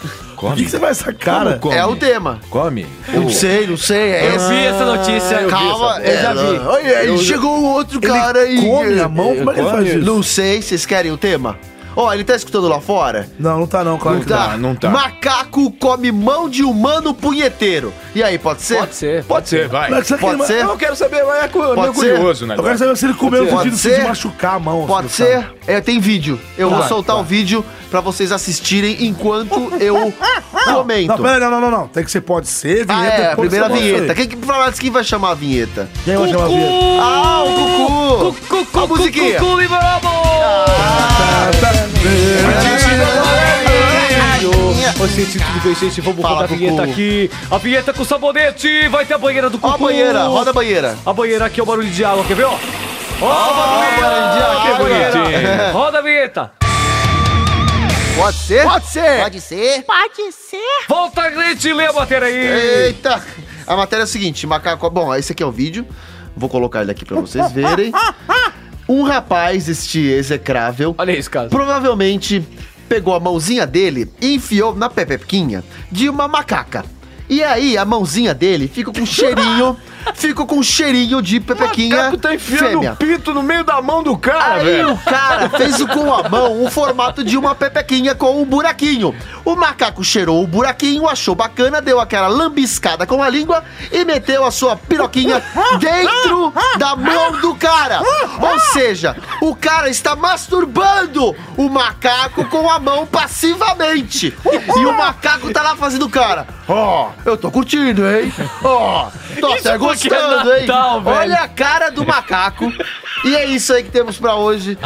Por que,
Come.
que você vai essa cara?
Como come?
É o tema.
Come.
Não sei, não sei. É
Eu
esse.
vi essa notícia.
Calma,
eu
É,
já vi.
ela- Olha, aí chegou o outro cara e.
Come a mão? Como é que ele faz isso?
Não sei, vocês querem o tema? Ó, ele tá escutando lá fora?
Não, não tá não, claro
não
que não.
tá.
não tá.
Macaco come mão de humano punheteiro. E aí, pode ser?
Pode ser.
Pode ser, vai.
Mas será que
Pode
ele-
ser?
Eu quero saber, mas é cu-
Pode
meio
ser?
curioso, né?
Eu quero saber se ele comeu no
Pode
sentido
ser?
de machucar a mão.
Pode
se ele
ser? É, tem vídeo. Eu vou
Vai,
soltar o vídeo pra vocês assistirem enquanto eu
sabe. Não,
comento.
pera, não, não, não, não. Tem que ser pode ser,
Ah, é,
depois
a
você
primeira
mostra aí.
vinheta. Quem, que- fala antes quem vai chamar a vinheta?
Quem vai chamar a vinheta?
Ah, o Cucu! a musiquinha!
Cucu liberamos! Ô, gente, tudo bem, gente? Vamos
Fala,
rodar a vinheta
Cucu.
aqui. A vinheta com sabonete. Vai ter a banheira do
Ó
Cucu.
a banheira, roda a banheira.
A banheira aqui é o barulho de água, quer ver, ó? Ó,
Ah,
a banheira, que banheira.
bonitinho.
Roda a vinheta.
Pode ser? Pode ser!
Pode ser?
Pode ser?
Volta, gente, lê a matéria aí.
Eita! A matéria é o seguinte, macaco... Bom, esse aqui é o vídeo. Vou colocar ele aqui pra vocês verem. Um rapaz, este execrável,
Olha esse caso.
provavelmente pegou a mãozinha dele e enfiou na pepequinha de uma macaca. E aí a mãozinha dele fica com cheirinho, fica com cheirinho de pepequinha
Caco tá enfiando
fêmea.
o pinto no meio da mão do cara,
Aí
velho.
o cara fez o- com a mão o formato de uma pepequinha com um buraquinho. O macaco cheirou o buraquinho, achou bacana, deu aquela lambiscada com a língua e meteu a sua piroquinha dentro da mão do cara. Ou seja, o cara está masturbando o macaco com a mão passivamente. E o macaco tá lá fazendo cara. Ó, eu tô curtindo, hein? Ó, tô até
porque é
gostando, hein?
Natal, velho.
Olha a cara do macaco. E é isso aí que temos pra hoje.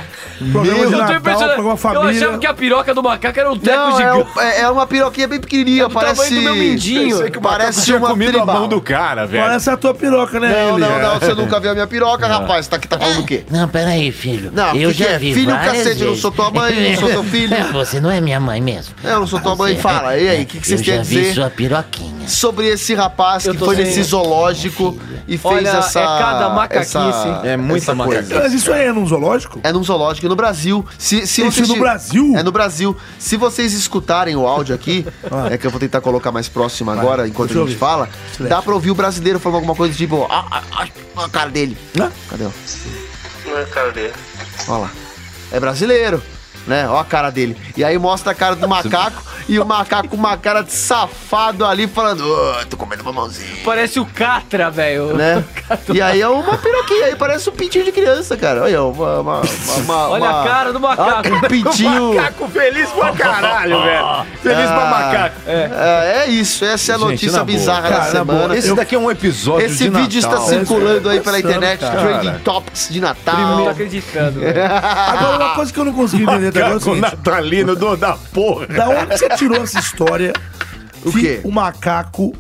Programa de
Meu-
Eu tô
Natal,
impressionado.
programa
Eu
família.
achava que a piroca do macaco era um teco
Não, é,
gigante.
o-
É
é- é uma piroquinha bem pequenininha,
do tamanho
parece...
do meu mindinho.
Pensei que o macaco Parece uma
comido
tribal.
a mão do cara, velho.
Parece a tua piroca, né,
Não,
ele?
não, não, você nunca viu a minha piroca, rapaz. Tá, tá falando o quê?
Não, peraí, filho.
Não,
eu
que que
já
é?
vi
Filho,
várias
cacete, eu não
vezes.
sou tua mãe, não sou teu filho.
É, Você não é minha mãe mesmo.
Eu não sou tua mãe,
Você-
fala. E aí, o que, que vocês
É, eu já
têm a
vi
dizer
sua piroquinha.
sobre esse rapaz
Eu
que
tô
foi
sem-
nesse zoológico e fez
Olha,
essa...
é cada macaquice.
essa-
É muita
essa coisa.
macaquice.
Mas isso aí é num zoológico?
É num zoológico no Brasil. Se, se
Isso no Brasil?
É no Brasil. Se vocês escutarem o áudio aqui, é que eu vou tentar colocar mais próximo agora, enquanto a
Ah. deixa eu
gente
ouvir.
fala,
Silêncio.
dá pra ouvir o brasileiro falando alguma coisa tipo, ó, a, a, a cara dele.
Hã?
Cadê? Não é a cara dele. Olha lá. É brasileiro. Né? Ó a cara dele. E aí mostra a cara do macaco e o macaco com uma cara de safado ali falando, "Ô, tô comendo uma mãozinha.
Parece o Catra, velho.
Né? E aí é uma piroquinha, aí parece um pintinho de criança, cara. Olha, uma. uma, uma, uma-
Olha
uma-
a cara do macaco.
um pintinho.
Macaco feliz pra caralho, velho. Feliz pra macaco.
É, é isso, essa é a
Gente,
notícia
na boa.
bizarra da
Cara, na
semana.
boa,
Esse
Esse,
daqui é um episódio
esse
de
vídeo
Natal. é
está circulando aí pela
Passando,
internet,
cara.
Trading Topics de
Não tô
Natal.
acreditando,
É.
velho.
Agora, uma coisa que eu não consegui entender até agora é o
Macaco
seguinte.
natalino tá do, da porra.
Da onde você tirou essa história
O
que
quê?
o macaco...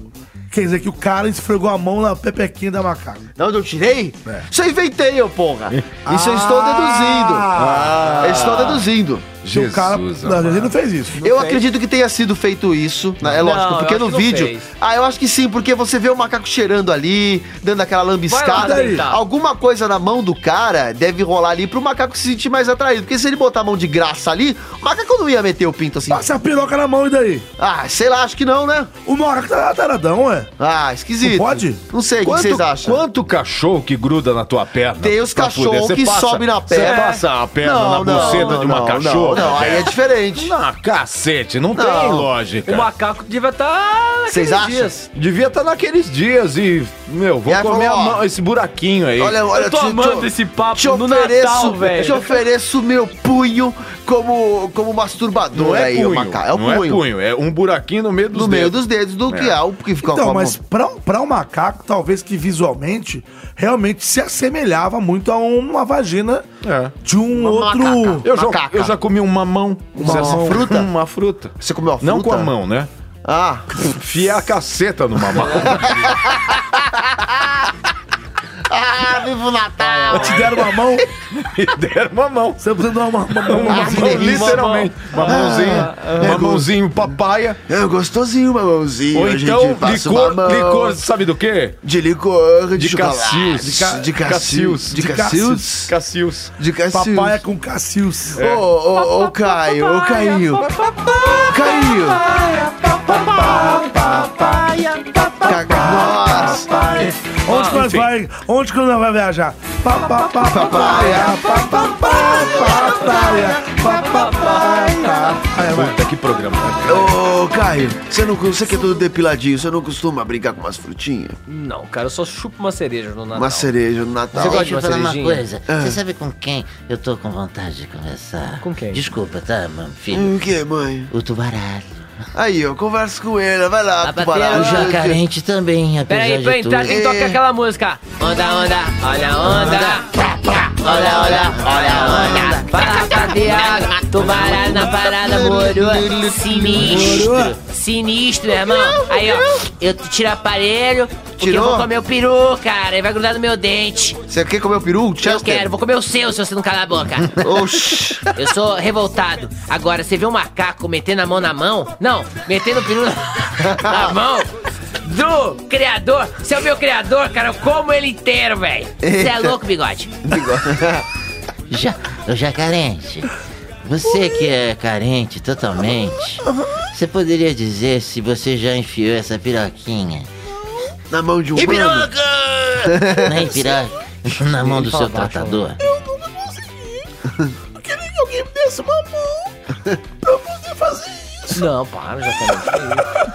Quer dizer, que o cara esfregou a mão na pepequinha da macaca.
Não, onde eu tirei?
É.
Isso eu inventei, ô porra. Isso eu estou deduzindo.
Ah.
Eu estou deduzindo.
Se o cara...
Jesus,
Não, ele não fez isso.
eu acredito que tenha sido feito isso. né? É lógico,
Não, eu
porque
acho
no
que não
vídeo.
fez.
Ah, eu acho que sim, porque você vê o macaco cheirando ali, dando aquela lambiscada.
Vai lá tentar.
Alguma coisa na mão do cara deve rolar ali pro macaco se sentir mais atraído. Porque se ele botar a mão de graça ali, o macaco não ia meter o pinto assim.
Passa a piroca na mão e daí?
Ah, sei lá, acho que não, né?
O macaco tá taradão, ué.
Ah, esquisito.
Não pode?
Não sei, o que
Quanto,
vocês acham?
quanto cachorro que gruda na tua perna?
Tem os
Pra
cachorro
fuder. Tá Você
que sobe na perna.
Você passa a perna na buceta de uma
não,
cachorra?
Não, não, aí é
velho?
diferente.
Ah, cacete, não, tem
Não.
lógica.
O macaco devia tá estar.
Vocês acham?
Devia estar naqueles dias e, meu, vou
E aí
comer
falou,
a
ó,
mão, esse buraquinho aí.
Olha, olha,
Eu tô
te- te-
amando esse papo
te
no
ofereço,
Natal, velho.
Te ofereço meu punho como, como masturbador
não é
aí,
punho,
o macaco. É o
não
punho.
é punho, é um buraquinho no meio dos
No
dedos.
meio dos dedos do que é o que fica com
Então,
a
mas
mão.
pra, um- pra um macaco, talvez que visualmente, realmente se assemelhava muito a uma vagina
É.
de um outro...
macaca.
Eu já,
Macaca.
eu já comi uma mão.
Uma
Essa
fruta?
Uma fruta.
Você comeu a fruta?
Não com a mão, né?
Ah,
Fiar a caceta numa mão.
Ah, viva o Natal!
Te deram uma mão,
e deram uma mão.
você precisa dar uma, uma, uma,
Uma
Um
uma
mão, literalmente. Uma Ah, mãozinha. Uma mãozinha um papaya.
é gostosinho, mamãozinho.
Ou
A gente
então,
passa
licor,
uma mão
licor, sabe do quê?
De licor, de,
De
chocolate.
Cassius.
De, ca de Cassius.
De
De
Cassius.
Cassius.
Cassius. é
De Cassius. É.
papaya com cacius.
Ô, ô, ô, Caio, ô, Caio. Caio. Ca- Nossa.
Onde que nós vai, onde que nós vai viajar? Pa, pa, pa, papaya, pa, pa, pa, papaya, pa, pa, pa,
Puta, que programa. né?
Ô, Caio, você, não, você que é todo depiladinho, você não costuma brincar com umas frutinhas?
Não, cara, eu só chupo uma cereja no Natal.
Uma cereja no Natal.
Você gosta de
Deixa
uma
eu falar uma
cerejinha?
coisa. Você sabe com quem eu tô com vontade de conversar?
Com quem?
Desculpa, tá, meu filho?
Hum, O que, mãe?
O tubaralho.
Aí, eu converso com ele, vai lá,
Ah, bateu.
O
tubarão.
jacarente também, apesar
Peraí,
de
pra entrar
tudo.
quem
É.
toca aquela música. Onda, onda, olha a onda. Olha, olha, olha a onda. Fala rapaziada, tubarão na parada, moro. Sinistro, sinistro, irmão. Aí, ó, eu tiro o aparelho, porque eu
Tirou?
vou comer o peru, cara. Ele vai grudar no meu dente.
Você quer comer o peru?
Eu quero, vou comer o seu se você não calar a boca.
Oxi.
Eu sou revoltado. Agora, você vê um macaco metendo a mão na mão? Não, metendo o peru na, na mão do criador. Você é o meu criador, cara. Eu como ele inteiro, velho. Você é louco, bigode.
Já, o jacarente. Você que é carente totalmente, você poderia dizer se você já enfiou essa piroquinha
Na mão de um humano.
na piroca, na mão do seu tratador?
Não, para, já tá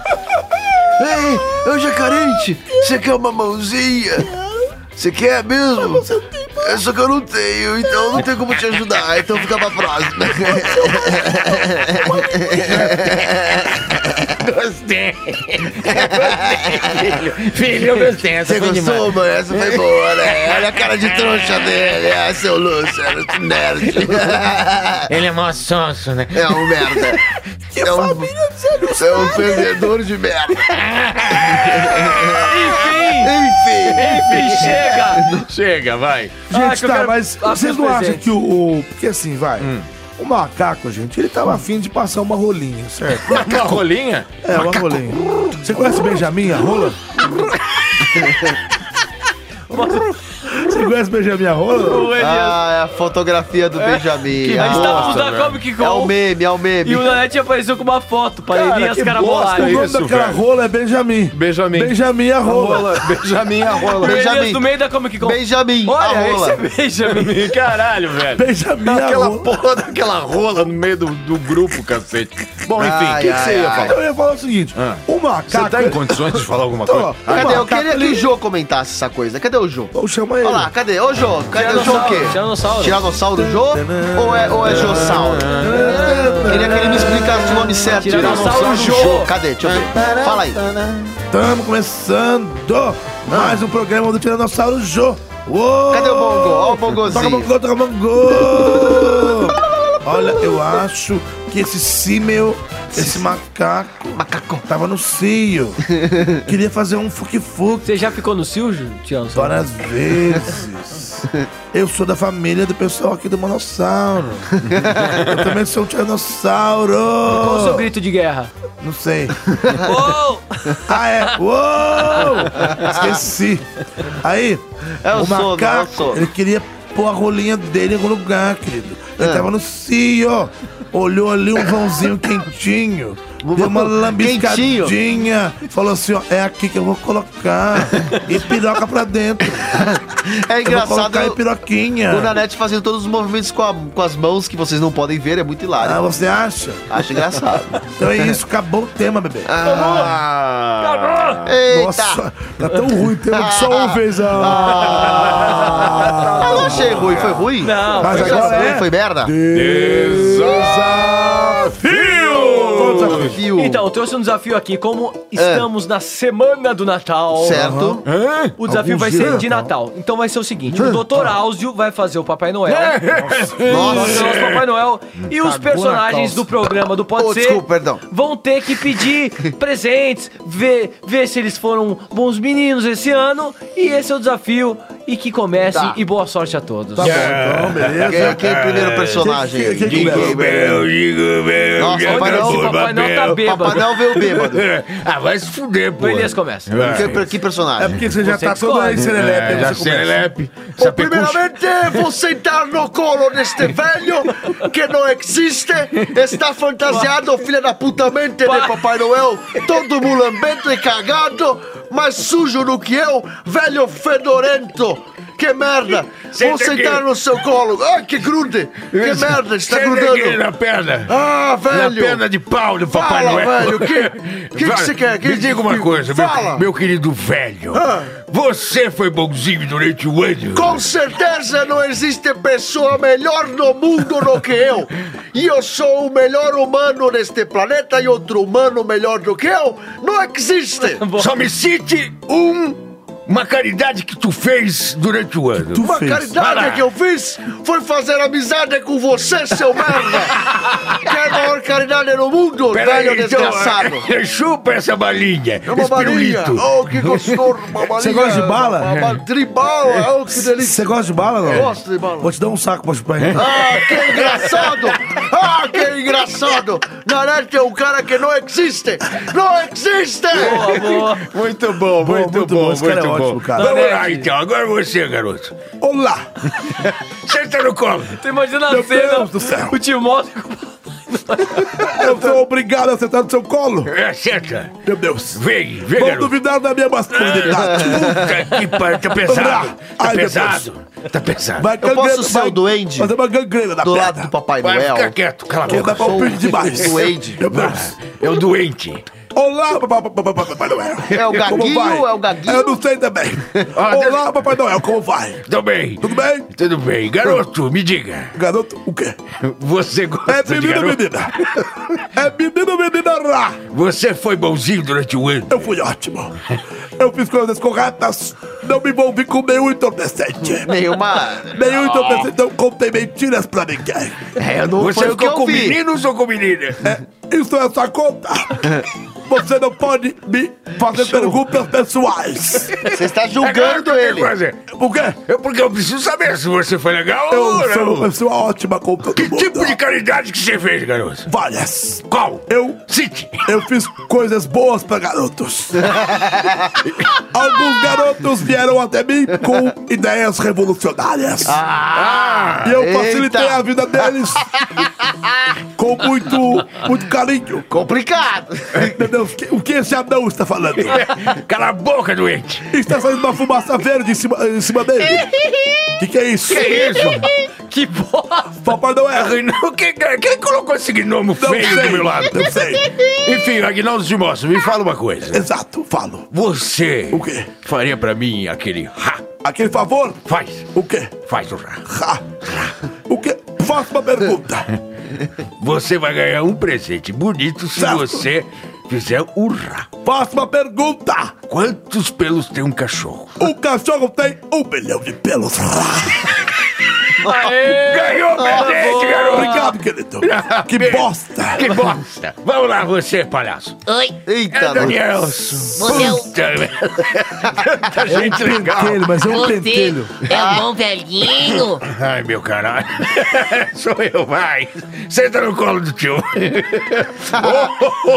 Ei, ô jacarente, você quer uma mãozinha? Você quer mesmo? É só que eu não tenho, então eu não tenho como te ajudar, então fica pra próxima.
Filho, é meu Deus. tá
Você gostou, mãe? Essa foi boa, né? Olha a cara de trouxa dele, ah, seu Lúcio, era um nerd.
Ele é mó sonso, né?
É um merda. é um,
Ah,
Você é um perdedor de merda. Enfim.
chega.
Chega, vai.
Ah,
Gente,
que eu
tá,
quero
mas
abrir os
vocês não acham
presentes.
que o, o- Porque assim, vai. O macaco, gente, ele tava afim de passar uma rolinha, certo?
Uma rolinha?
É, uma rolinha. Você conhece Benjamin, a rola? Você conhece Benjamin, a rola?
Ah, é a fotografia do Benjamin.
Nós estávamos
Ah,
na Comic
É o
Con
meme, é o
e o
meme.
Nanete apareceu com uma foto. Panelinha, as
que
caras
bosta, O
bolaram.
nome
Isso,
daquela
velho.
rola é Benjamin.
Benjamin.
Benjamin, a rola.
Benjamin a rola.
Benjamin.
Beleza, no meio da Comic Con.
Benjamin,
Olha,
a rola.
esse é Benjamin.
Caralho, velho.
Benjamin, a
Aquela
rola.
porra daquela rola no meio do, do grupo, cacete. Bom, enfim, o
Ai,
que, que
ai,
você ia
ai.
falar?
Então Eu ia falar o seguinte:
Ah.
o macaco. é
Você tá em condições de falar alguma
Tô.
coisa?
Ah,
Cadê? Eu
tá
macaco
queria que o
ali.
Jô comentasse essa coisa. Cadê o Jô?
Ou chama ele.
Olha lá, cadê? Ô Jô, cadê o Jô o quê?
Tiranossauro.
Tiranossauro Jô? Ou é, ou é Jossauro? Queria que ele é- me explicasse o nome certo.
Tiranossauro Jô.
Cadê? Deixa eu ver. Fala aí. É
Estamos começando mais um programa do Tiranossauro Jô. Uou!
Cadê o bongo? Ó o
Toca
bongozinho.
mongô, toca mongô! Olha, eu acho que esse símil, esse macaco,
Macaco.
tava no cio. Queria fazer um fuque-fuque
Você já ficou no Silvio, Tiranossauro?
várias vezes. Eu sou da família do pessoal aqui do Monossauro. Eu também sou
Qual o seu
um tiranossauro.
grito de guerra?
Não sei.
Oh!
Ah, é? Uou! Esqueci. Aí,
É o
o
sono, é o
macaco,
sono.
ele queria pôr a rolinha dele em algum lugar, querido.
É.
Ele tava no cio, olhou ali um vãozinho quentinho,
Um
deu uma lambiscadinha, falou assim, ó, é aqui que eu vou colocar. E piroca pra dentro.
É
Eu vou
engraçado.
colocar em piroquinha.
O Nanete fazendo todos os movimentos com, a- com as mãos que vocês não podem ver, é muito
Ah,
hilário.
você acha?
Acho engraçado.
Então é isso, acabou o tema, bebê.
Ah,
Eita!
Nossa, tá tão ruim o tema que só um uma vez. Ah.
Ah, eu não achei ruim, foi ruim?
Não,
Mas
Foi
agora
ruim,
é.
foi merda?
Ah. Qual o desafio?
Fio.
Então, eu trouxe um desafio aqui. Como estamos na semana do Natal,
Ah. certo?
o desafio
Alguns
vai
dias,
ser de Natal. Então vai ser o seguinte:
Hum.
o Dr. Áuzio vai fazer o Papai Noel. Nós
Tá. É. Nossa.
seremos Papai Noel. E os
na
personagens
calça.
do programa do Pode
Oh,
Ser
desculpa, perdão.
vão ter que pedir presentes, ver, ver se eles foram bons meninos esse ano. E esse é o desafio. E que comece
Tá.
e boa sorte a todos.
Tá bom, então, beleza.
Quem é, quem é o primeiro personagem?
Quem- quem- quem começa?
Nossa, Papai
Olha,
Noel,
esse Papai Noel tá bêbado.
Papai Noel veio bêbado.
É.
ah, vai se fuder, pô.
O Elias começa.
Que, que
É
personagem?
porque você já
Você
tá
que
todo
escolhe.
aí serelepe.
É,
aí
já
você começa.
serelepe.
Bom, primeiramente, vou sentar no colo deste velho que não existe, está fantasiado, filha da puta mente de Papai Noel, todo mulambento e cagado, mais sujo do que eu, velho fedorento.
que merda! Vou sentar no seu colo! Ai, que grude! Que merda, está
Senta aqui
grudando!
na perna.
Ah,
Na
velho!
perna de pau do Papai
Fala,
Noel.
velho! Que que, que
Fala,
você quer? Que-
Me diga uma coisa, meu,
Fala!
meu querido velho.
Ah.
Você foi bonzinho durante o ano.
Com certeza não existe pessoa melhor no mundo do que eu. E eu sou o melhor humano neste planeta e outro humano melhor do que eu não existe.
Só me cite um, uma caridade que tu fez durante o ano.
Uma
fez.
Vai lá.
caridade que eu fiz foi fazer amizade com você, seu merda. que é a maior caridade no mundo,
Peraí,
velho
então,
desgraçado.
é-
chupa essa balinha,
É uma
esse
balinha.
pirulito.
Oh, que gostoso. Uma balinha.
Você gosta de bala? É.
Uma ba- Tribala. Oh, que delícia.
Você gosta de bala, não?
Gosto de bala.
Vou te dar um saco pra chupar. hein?
Ah, que engraçado! Ah, que engraçado! Narete é um cara que não existe! Não existe!
Muito bom,
Bom,
muito,
muito
bom,
bom, esse cara
muito
é
bom.
ótimo, cara.
Vamos lá,
Nanete.
então. Agora você, garoto.
Olá!
Senta no colo.
Tu imagina a
Meu
cena,
Deus do céu.
o Timóteo com
Eu sou obrigado a sentar no seu colo.
É, senta.
Meu Deus.
Vem, vem,
Vão
garoto.
duvidar da minha masculinidade.
Puta que pariu, tá pesado. Tá
Ai, meu
pesado. Tá pesado.
Vai
Eu posso
gangrena,
ser
vai
o duende?
Fazer uma gangrena da
Do
pedra.
lado do Papai
Vai ficar
Noel.
quieto, cala a
Que dá
boca.
palpite demais.
duende.
Meu
Vai,
Deus.
É o doente.
Olá, papai, papai, papai Noel.
É o
Como
Gaguinho,
vai?
é o Gaguinho?
Eu não sei também.
Ah, Deus.
Olá, papai Noel, como vai?
Tudo bem.
Tudo bem?
Tudo bem. Garoto, me diga.
Garoto, o quê?
Você
É
gosta de
menino,
garoto?
menina. É menino, menina rá.
Você foi bonzinho durante o ano?
Eu fui ótimo. Eu fiz coisas corretas. Não me envolvi com nenhum entorpecente.
Nenhuma.
Nenhum entorpecente não contei mentiras pra ninguém.
É, não
Você
foi o que
ficou
eu
com
vi.
meninos ou com meninas?
Isso é sua conta. Você não pode me fazer perguntas pessoais.
Você está
Agora o que
julgando
eu tenho
ele.
que fazer?
Por quê?
É porque eu preciso saber se você foi legal
Eu
ou
sou uma
não.
pessoa ótima com todo
Que
mundo.
tipo de caridade que você fez, garoto?
Várias.
Qual?
Eu,
Cite.
eu fiz coisas boas pra garotos. Alguns garotos vieram até mim com ideias revolucionárias.
Ah.
e eu facilitei
eita.
a vida deles com muito, muito carinho.
Complicado.
Meu Deus, que- o que esse anão está falando?
Cala a boca, doente.
Está saindo uma fumaça verde em cima, em cima dele. O que, que é isso?
Que isso?
Que bosta!
Papai Noel.
Agnaldo, Quem, quem colocou esse gnomo
Não
feio
sei,
do meu lado?
não sei.
Enfim, Agnaldo de Mostra, me fala uma coisa.
Exato, falo.
Você
O quê?
faria pra mim aquele rá?
Aquele favor?
Faz,
O quê?
faz o rá.
Ha. O quê? Faça uma pergunta.
Você vai ganhar um presente bonito se
Certo.
você fizer o rá.
Faça uma pergunta.
Quantos pelos tem um cachorro?
O cachorro tem um milhão de pelos.
Ganhou o
Ah,
presente, garoto!
Obrigado, querido. Que
Bem,
bosta.
Que bosta! Vamos lá, você, palhaço! É
Oi,
Tá
Eita, não.
Daniel!
você é o...
Puta merda! Tanta gente legal!
mas é
Você é um bom velhinho.
Ai, meu caralho! Sou eu, vai! Senta no colo do tio! oh, oh,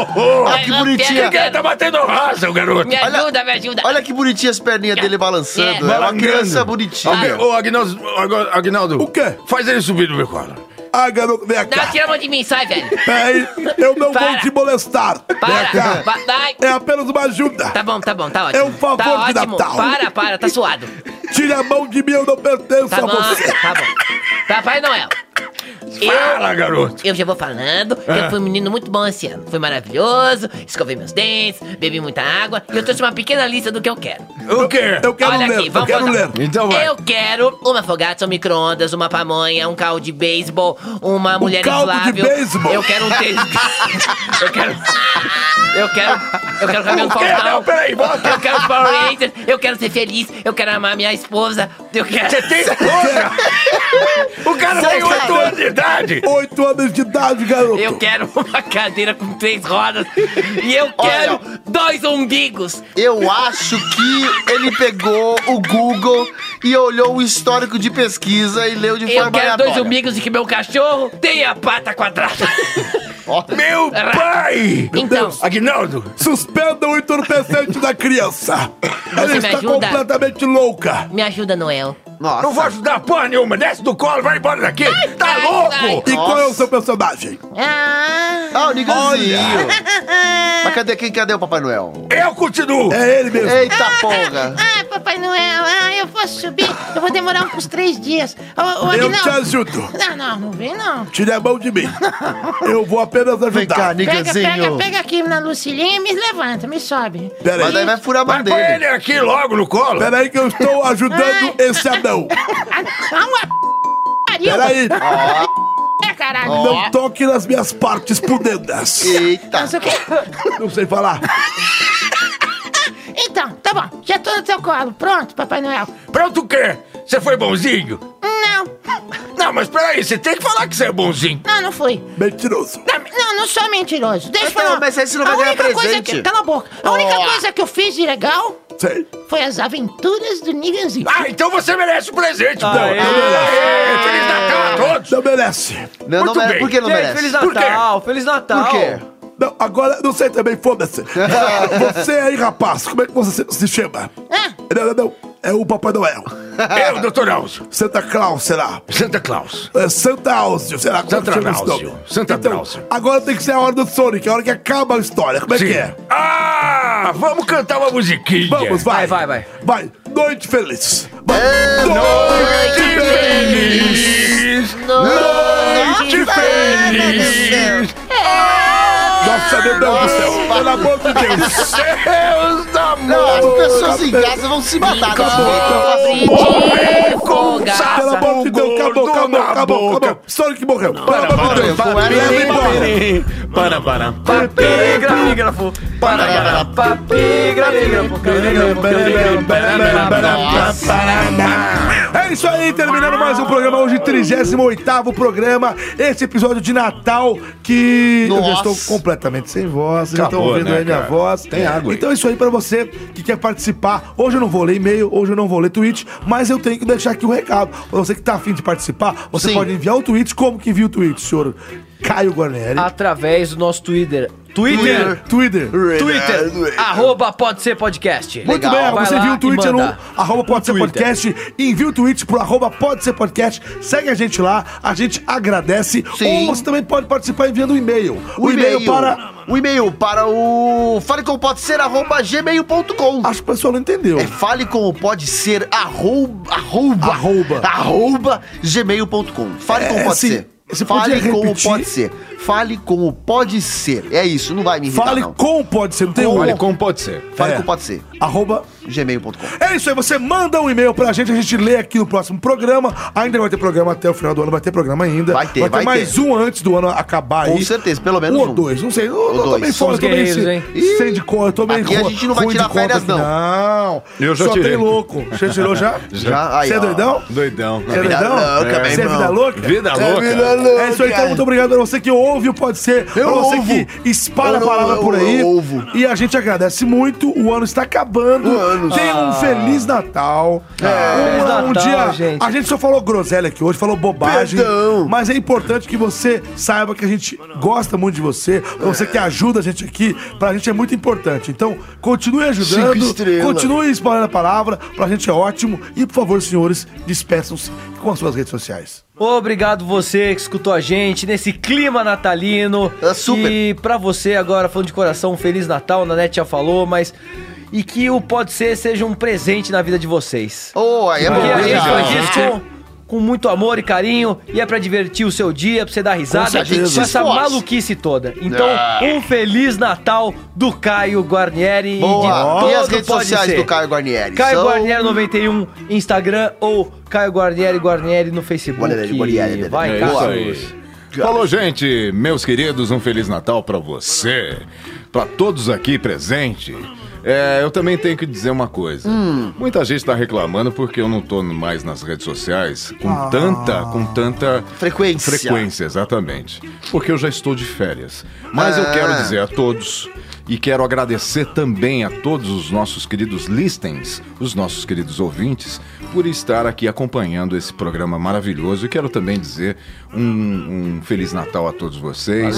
oh.
Ai,
que
não,
bonitinha.
pega,
Quem tá batendo raça, o garoto!
Me ajuda, me ajuda.
Olha que bonitinha as perninhas dele balançando. É uma
Balangando.
criança
Alguém-
bonitinha.
Ô, Agnaldo, agora- Agnaldo!
O quê?
Faz ele subir no meu colo!
Ah, garoto, vem
Dá,
cá.
tira a mão de mim, sai, velho.
Peraí, eu não vou
Para.
te molestar. Vem
Para,
cá.
vai, vai.
É apenas uma ajuda.
Tá bom, tá bom, tá ótimo.
É um favor
tá
de
ótimo.
Natal.
Para, para, tá suado.
Tire a mão de mim, eu não pertenço
Tá
a
bom,
você.
tá bom. Papai Noel. Eu,
Fala, garoto!
eu já vou falando que
Ah.
eu fui um menino muito bom esse ano. Fui maravilhoso, escovei meus dentes, bebi muita água e eu trouxe uma pequena lista do que eu quero.
O quê?
Eu quero
Olha aqui,
ler, eu
vamos
quero
botar.
ler.
Então vai!
Eu quero uma fogata, um micro-ondas, uma pamonha, um caldo de beisebol, uma mulher
Um caldo de
inflável.
beisebol?
Eu quero um tênis. eu quero. Eu quero. Eu quero cabelo
quê?
Faustão.
Não, peraí, volta.
Eu quero Power Rangers. Eu quero ser feliz. Eu quero amar minha esposa. Eu quero. Você
um-
tem
Porra! O cara tem oito anos de idade!
Oito anos de idade, garoto.
Eu quero uma cadeira com três rodas. E eu quero dois umbigos.
Eu acho que ele pegou o Google e olhou o histórico de pesquisa e leu de
Eu
forma
quero dois
aleatória.
umbigos e que meu cachorro tenha a pata quadrada.
Meu pai!
Então,
Aguinaldo!
Suspenda o entorpecente da criança. Ela
me
está
ajuda?
completamente louca.
me ajuda, Noel.
Nossa.
Não vou ajudar porra nenhuma, desce do colo, vai embora daqui! tá
vai,
louco!
E qual é o seu personagem?
Ah.
Ah, o Niganzinho. Mas cadê quem? Cadê o Papai Noel?
Eu continuo!
É ele mesmo.
Eita porra.
Ah,
Papai Noel. Ah, eu posso subir. Eu vou demorar uns três dias. Ô, ô,
Eu
Aguinaldo.
te ajudo.
Não, não, não vem não.
Tire a mão de mim. Eu vou apenas
Vem cá,
ajudar.
Pega, pega,
Niganzinho.
pega aqui na Lucilinha e me levanta, me sobe.
Pera
Mas daí
aí.
vai furar a mão
Põe
dele.
ele aqui logo no colo.
Pera aí que eu estou ajudando esse anão.
Ah, uma pariu.
Pera aí.
É, caralho.
Não toque nas minhas partes pudendas.
Eita.
Mas o quê?
Não sei falar.
Então, tá bom. Já tô no teu colo. Pronto, Papai Noel.
Pronto o quê? Você foi bonzinho?
Não,
Não, mas peraí, você tem que falar que você é bonzinho.
não, não fui.
Mentiroso.
Não, Não, não sou mentiroso. Deixa eu
Então,
falar.
mas aí você não vai
a
ganhar
única Coisa
presente.
que, cala a boca. A única coisa que eu fiz de legal
Sei.
foi as aventuras do Niganzinho.
Ah, então você merece um presente, pô.
Aê!
Aê, Feliz Natal a todos.
Não merece.
Não, não
Muito
merece.
bem.
Por que não
Gente,
merece?
Feliz
Por quê?
Natal, Feliz Natal.
Por quê?
Não, agora, não sei também, foda-se. Você aí, rapaz, como é que você se- se chama?
Ah,
Não, não, não. É o Papai Noel.
Eu, doutor Áuzio.
Santa Claus, será?
Santa Claus.
É Santa Áuzio, será? Como é
Santa
chama esse nome?
Náuseo. Santa
Então,
Náuseo.
Agora tem que ser a hora do Sonic, a hora que acaba a história. Como é que é?
Ah, vamos cantar uma musiquinha.
Vamos, vai.
Vai, vai,
Vai. Noite feliz. Vai.
Noite feliz. Noite feliz.
Nossa, meu Deus do céu. Pelo amor de Deus.
Deus da
Não, as
mão.
pessoas em casa vão se matar. nesse momento.
Morrer com
Pelo
gato
amor de Deus, acabou, acabou,
na
acabou,
boca.
acabou. Sonic morreu. Pelo
Para,
amor de
para,
Deus.
para,
Leva embora.
Para, para, para.
Papígrafo, papígrafo, papígrafo, papígrafo, papígrafo.
É isso aí, terminando mais um programa hoje, 38 programa, esse episódio de Natal que eu já
Nossa.
estou completamente sem voz, vocês estão
Acabou,
ouvindo
né,
aí minha
cara?
voz.
Tem água aí.
Então é isso aí pra você que quer participar. Hoje eu não vou ler e-mail, hoje eu não vou ler tweet, mas eu tenho que deixar aqui o recado. Pra você que tá afim de participar, você
Sim.
pode enviar o tweet. Como que envia o tweet, senhor Caio Guarneri?
Ah,
Através do nosso Twitter. Twitter.
Twitter. Twitter.
Twitter, arroba pode ser podcast.
Muito bem,
Vai
você
lá
viu o
e
Twitter no
manda.
arroba pode ser
Twitter.
podcast, envia o tweet pro arroba pode ser podcast, segue a gente lá, a gente agradece.
Sim.
Ou você também pode participar enviando um e-mail.
O e-mail
para.
para. O e-mail para o falecompodser.gmail.com.
Acho que o pessoal não entendeu.
É fale como pode ser arroba arroba
Arroba.
arroba gmail.com. Fale
É,
como pode
assim,
ser.
você
fale
podia
como
repetir?
pode ser. Fale como pode ser. É isso, não vai me irritar
Fale
não.
com pode ser, não tem
Com.
um.
Olha como pode ser.
Fale
É.
como pode ser.
Arroba
gmail.com.
É isso aí, você manda um e-mail pra gente, a gente lê aqui no próximo programa. Ainda vai ter programa até o final do ano, vai ter programa ainda.
Vai ter, vai
mais
ter.
um antes do ano acabar aí.
Com certeza, pelo menos
Um ou
um.
dois, não sei. Eu,
Ou
eu tô
dois.
meio fora, eu
Somos
tô meio
guerreiros,
sem,
hein?
sem de conta, eu tô meio
Aqui a
ru-
gente não vai
ruim de
tirar
conta
férias,
aqui.
não.
Não.
Eu já
Só
tirei.
tem louco. Você tirou já?
Já, aí,
Você é
ó.
doidão?
Doidão.
Você é
Vida
doidão?
louca,
É.
meu
Você é
irmão.
vida louca?
Vida louca.
É isso aí, então muito obrigado pra você que ouve o Pode Ser, pra
Eu
você
ouvo.
que espalha
Eu
a palavra
ou-
por aí.
eu ouvo.
E a gente agradece muito, o ano está acabando.
O ano. É.
Tenha um Feliz Natal.
Feliz
um, um
Natal,
dia,
gente.
A gente só falou groselha aqui hoje, falou bobagem.
Perdão.
Mas é importante que você saiba que a gente gosta muito de você, pra você que ajuda a gente aqui, pra gente é muito importante. Então, continue
Cinco
ajudando,
estrelas.
continue espalhando a palavra, pra gente é ótimo. E, por favor, senhores, despeçam-se com as suas redes sociais.
Obrigado você que escutou a gente nesse clima natalino.
É super.
E pra você agora, falando de coração, um Feliz Natal, a Nanete já falou, mas... E que o Pode Ser seja um presente na vida de vocês.
Oh, aí é bom.
Porque a gente
obrigado.
faz isso com, com muito amor e carinho. E é pra divertir o seu dia, pra você dar risada.
certeza. É. A gente se
essa
esforça.
maluquice toda. Então, um Feliz Natal do Caio Guarnieri.
Boa.
de
E as
todo
redes
Pode
sociais
Ser.
do Caio Guarnieri?
Caio
São-
Guarnieri 91, Instagram ou Caio Guarnieri Guarnieri no Facebook.
Guarnieri, Guarnieri,
Vai,
É
Caio.
isso aí. Falou, gente. Meus queridos, um Feliz Natal pra você. Pra todos aqui presente. É, eu também tenho que dizer uma coisa. Muita gente tá reclamando porque eu não tô mais nas redes sociais com tanta, com tanta
Frequência.
frequência, exatamente. Porque eu já estou de férias. Mas eu quero dizer a todos e quero agradecer também a todos os nossos queridos listens, os nossos queridos ouvintes, por estar aqui acompanhando esse programa maravilhoso. E quero também dizer um, um Feliz Natal a todos vocês.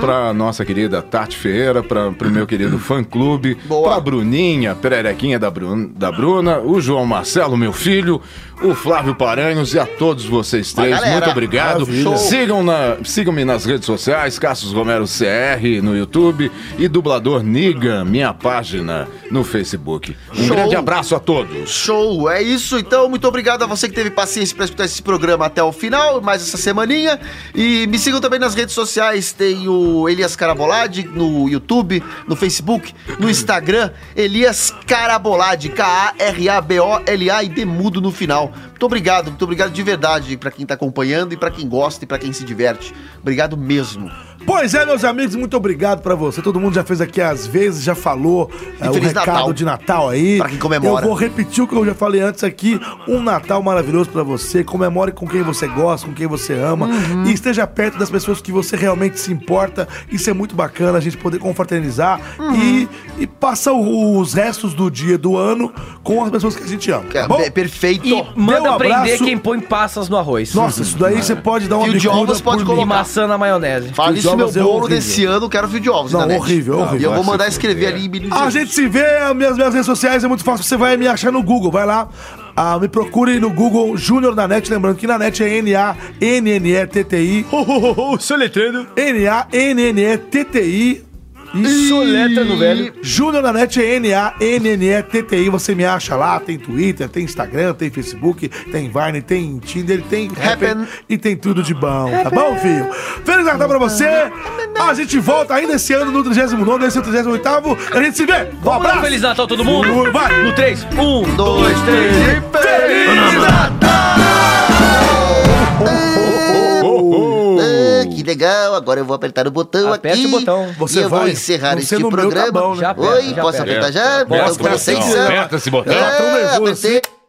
Para nossa querida Tati Ferreira, para o meu querido fã-clube,
Boa.
para Bruninha, pererequinha da, Brun, da Bruna, o João Marcelo, meu filho, o Flávio Paranhos e a todos vocês três.
galera.
Muito obrigado.
Maravilha. Show.
Sigam na, sigam-me nas redes sociais, Cassius Romero CR no YouTube e dublador Salvador Niga, minha página no Facebook. Um
Show.
grande abraço a todos.
Show, é isso. Então, muito obrigado a você que teve paciência pra escutar esse programa até o final, mais essa semaninha. E me sigam também nas redes sociais, tem o Elias Carabolade no YouTube, no Facebook, no Instagram, Elias Carabolade, K-A-R-A-B-O-L-A-I-D mudo no final. Muito obrigado, muito obrigado de verdade pra quem tá acompanhando e pra quem gosta e pra quem se diverte. Obrigado mesmo.
Pois é, meus amigos, muito obrigado pra você. Todo mundo já fez aqui às vezes, já falou é, o
Feliz
recado
Natal.
de Natal aí.
Pra quem comemora.
Eu vou repetir o que eu já falei antes aqui. Um Natal maravilhoso pra você. Comemore com quem você gosta, com quem você ama. E esteja perto das pessoas que você realmente se importa. Isso é muito bacana, a gente poder confraternizar e, e passar o- os restos do dia, do ano, com as pessoas que a gente ama.
É,
Tá bom?
pe- perfeito.
E manda
um
prender
abraço.
quem põe passas no arroz.
Nossa, isso daí você pode dar uma
E o de
bicuda
ovos pode
por
E
colocar.
maçã na maionese.
Fala
de
isso, meu
ovos é
bolo
horrível.
desse ano, eu quero vídeo de ovos
Não,
na net.
horrível, horrível. É.
E eu vou
Vai
mandar
se
escrever
fuder.
ali em milho de
A
ovos.
gente se vê, as minhas, minhas redes sociais é muito fácil, você vai me achar no Google, vai lá. ah, me procure no Google Júnior da NET, lembrando que na NET é N-A-N-N-E-T-T-I.
Soletrando.
N-A-N-N-E-T-T-I.
E soletra no velho.
Júnior da NET é N-A-N-N-E-T-T-I. Você me acha lá, tem Twitter, tem Instagram, tem Facebook, tem Vine, tem Tinder, tem Happn
Happn.
e tem tudo de bom, tá bom, filho? Feliz Natal pra você! A gente volta ainda esse ano no 39, esse é o 38 a gente se vê! Um
Vamos dar um
abraço!
Feliz Natal todo mundo?
Fui, vai.
No 3, 1, 2,
dois,
3
três
e...
e feliz
Oh,
Ah, que legal, agora eu vou apertar o botão
Aperte
aqui.
o botão.
Você
e eu
vai.
vou encerrar
Você
este
no meu tá
programa.
bom, né?
Já aperta,
Oi,
já aperta.
posso apertar já?
Aperta
Posso
o botão,
né?
licença? É,
aperta esse botão.
Tá tão nervoso
apertei.
assim.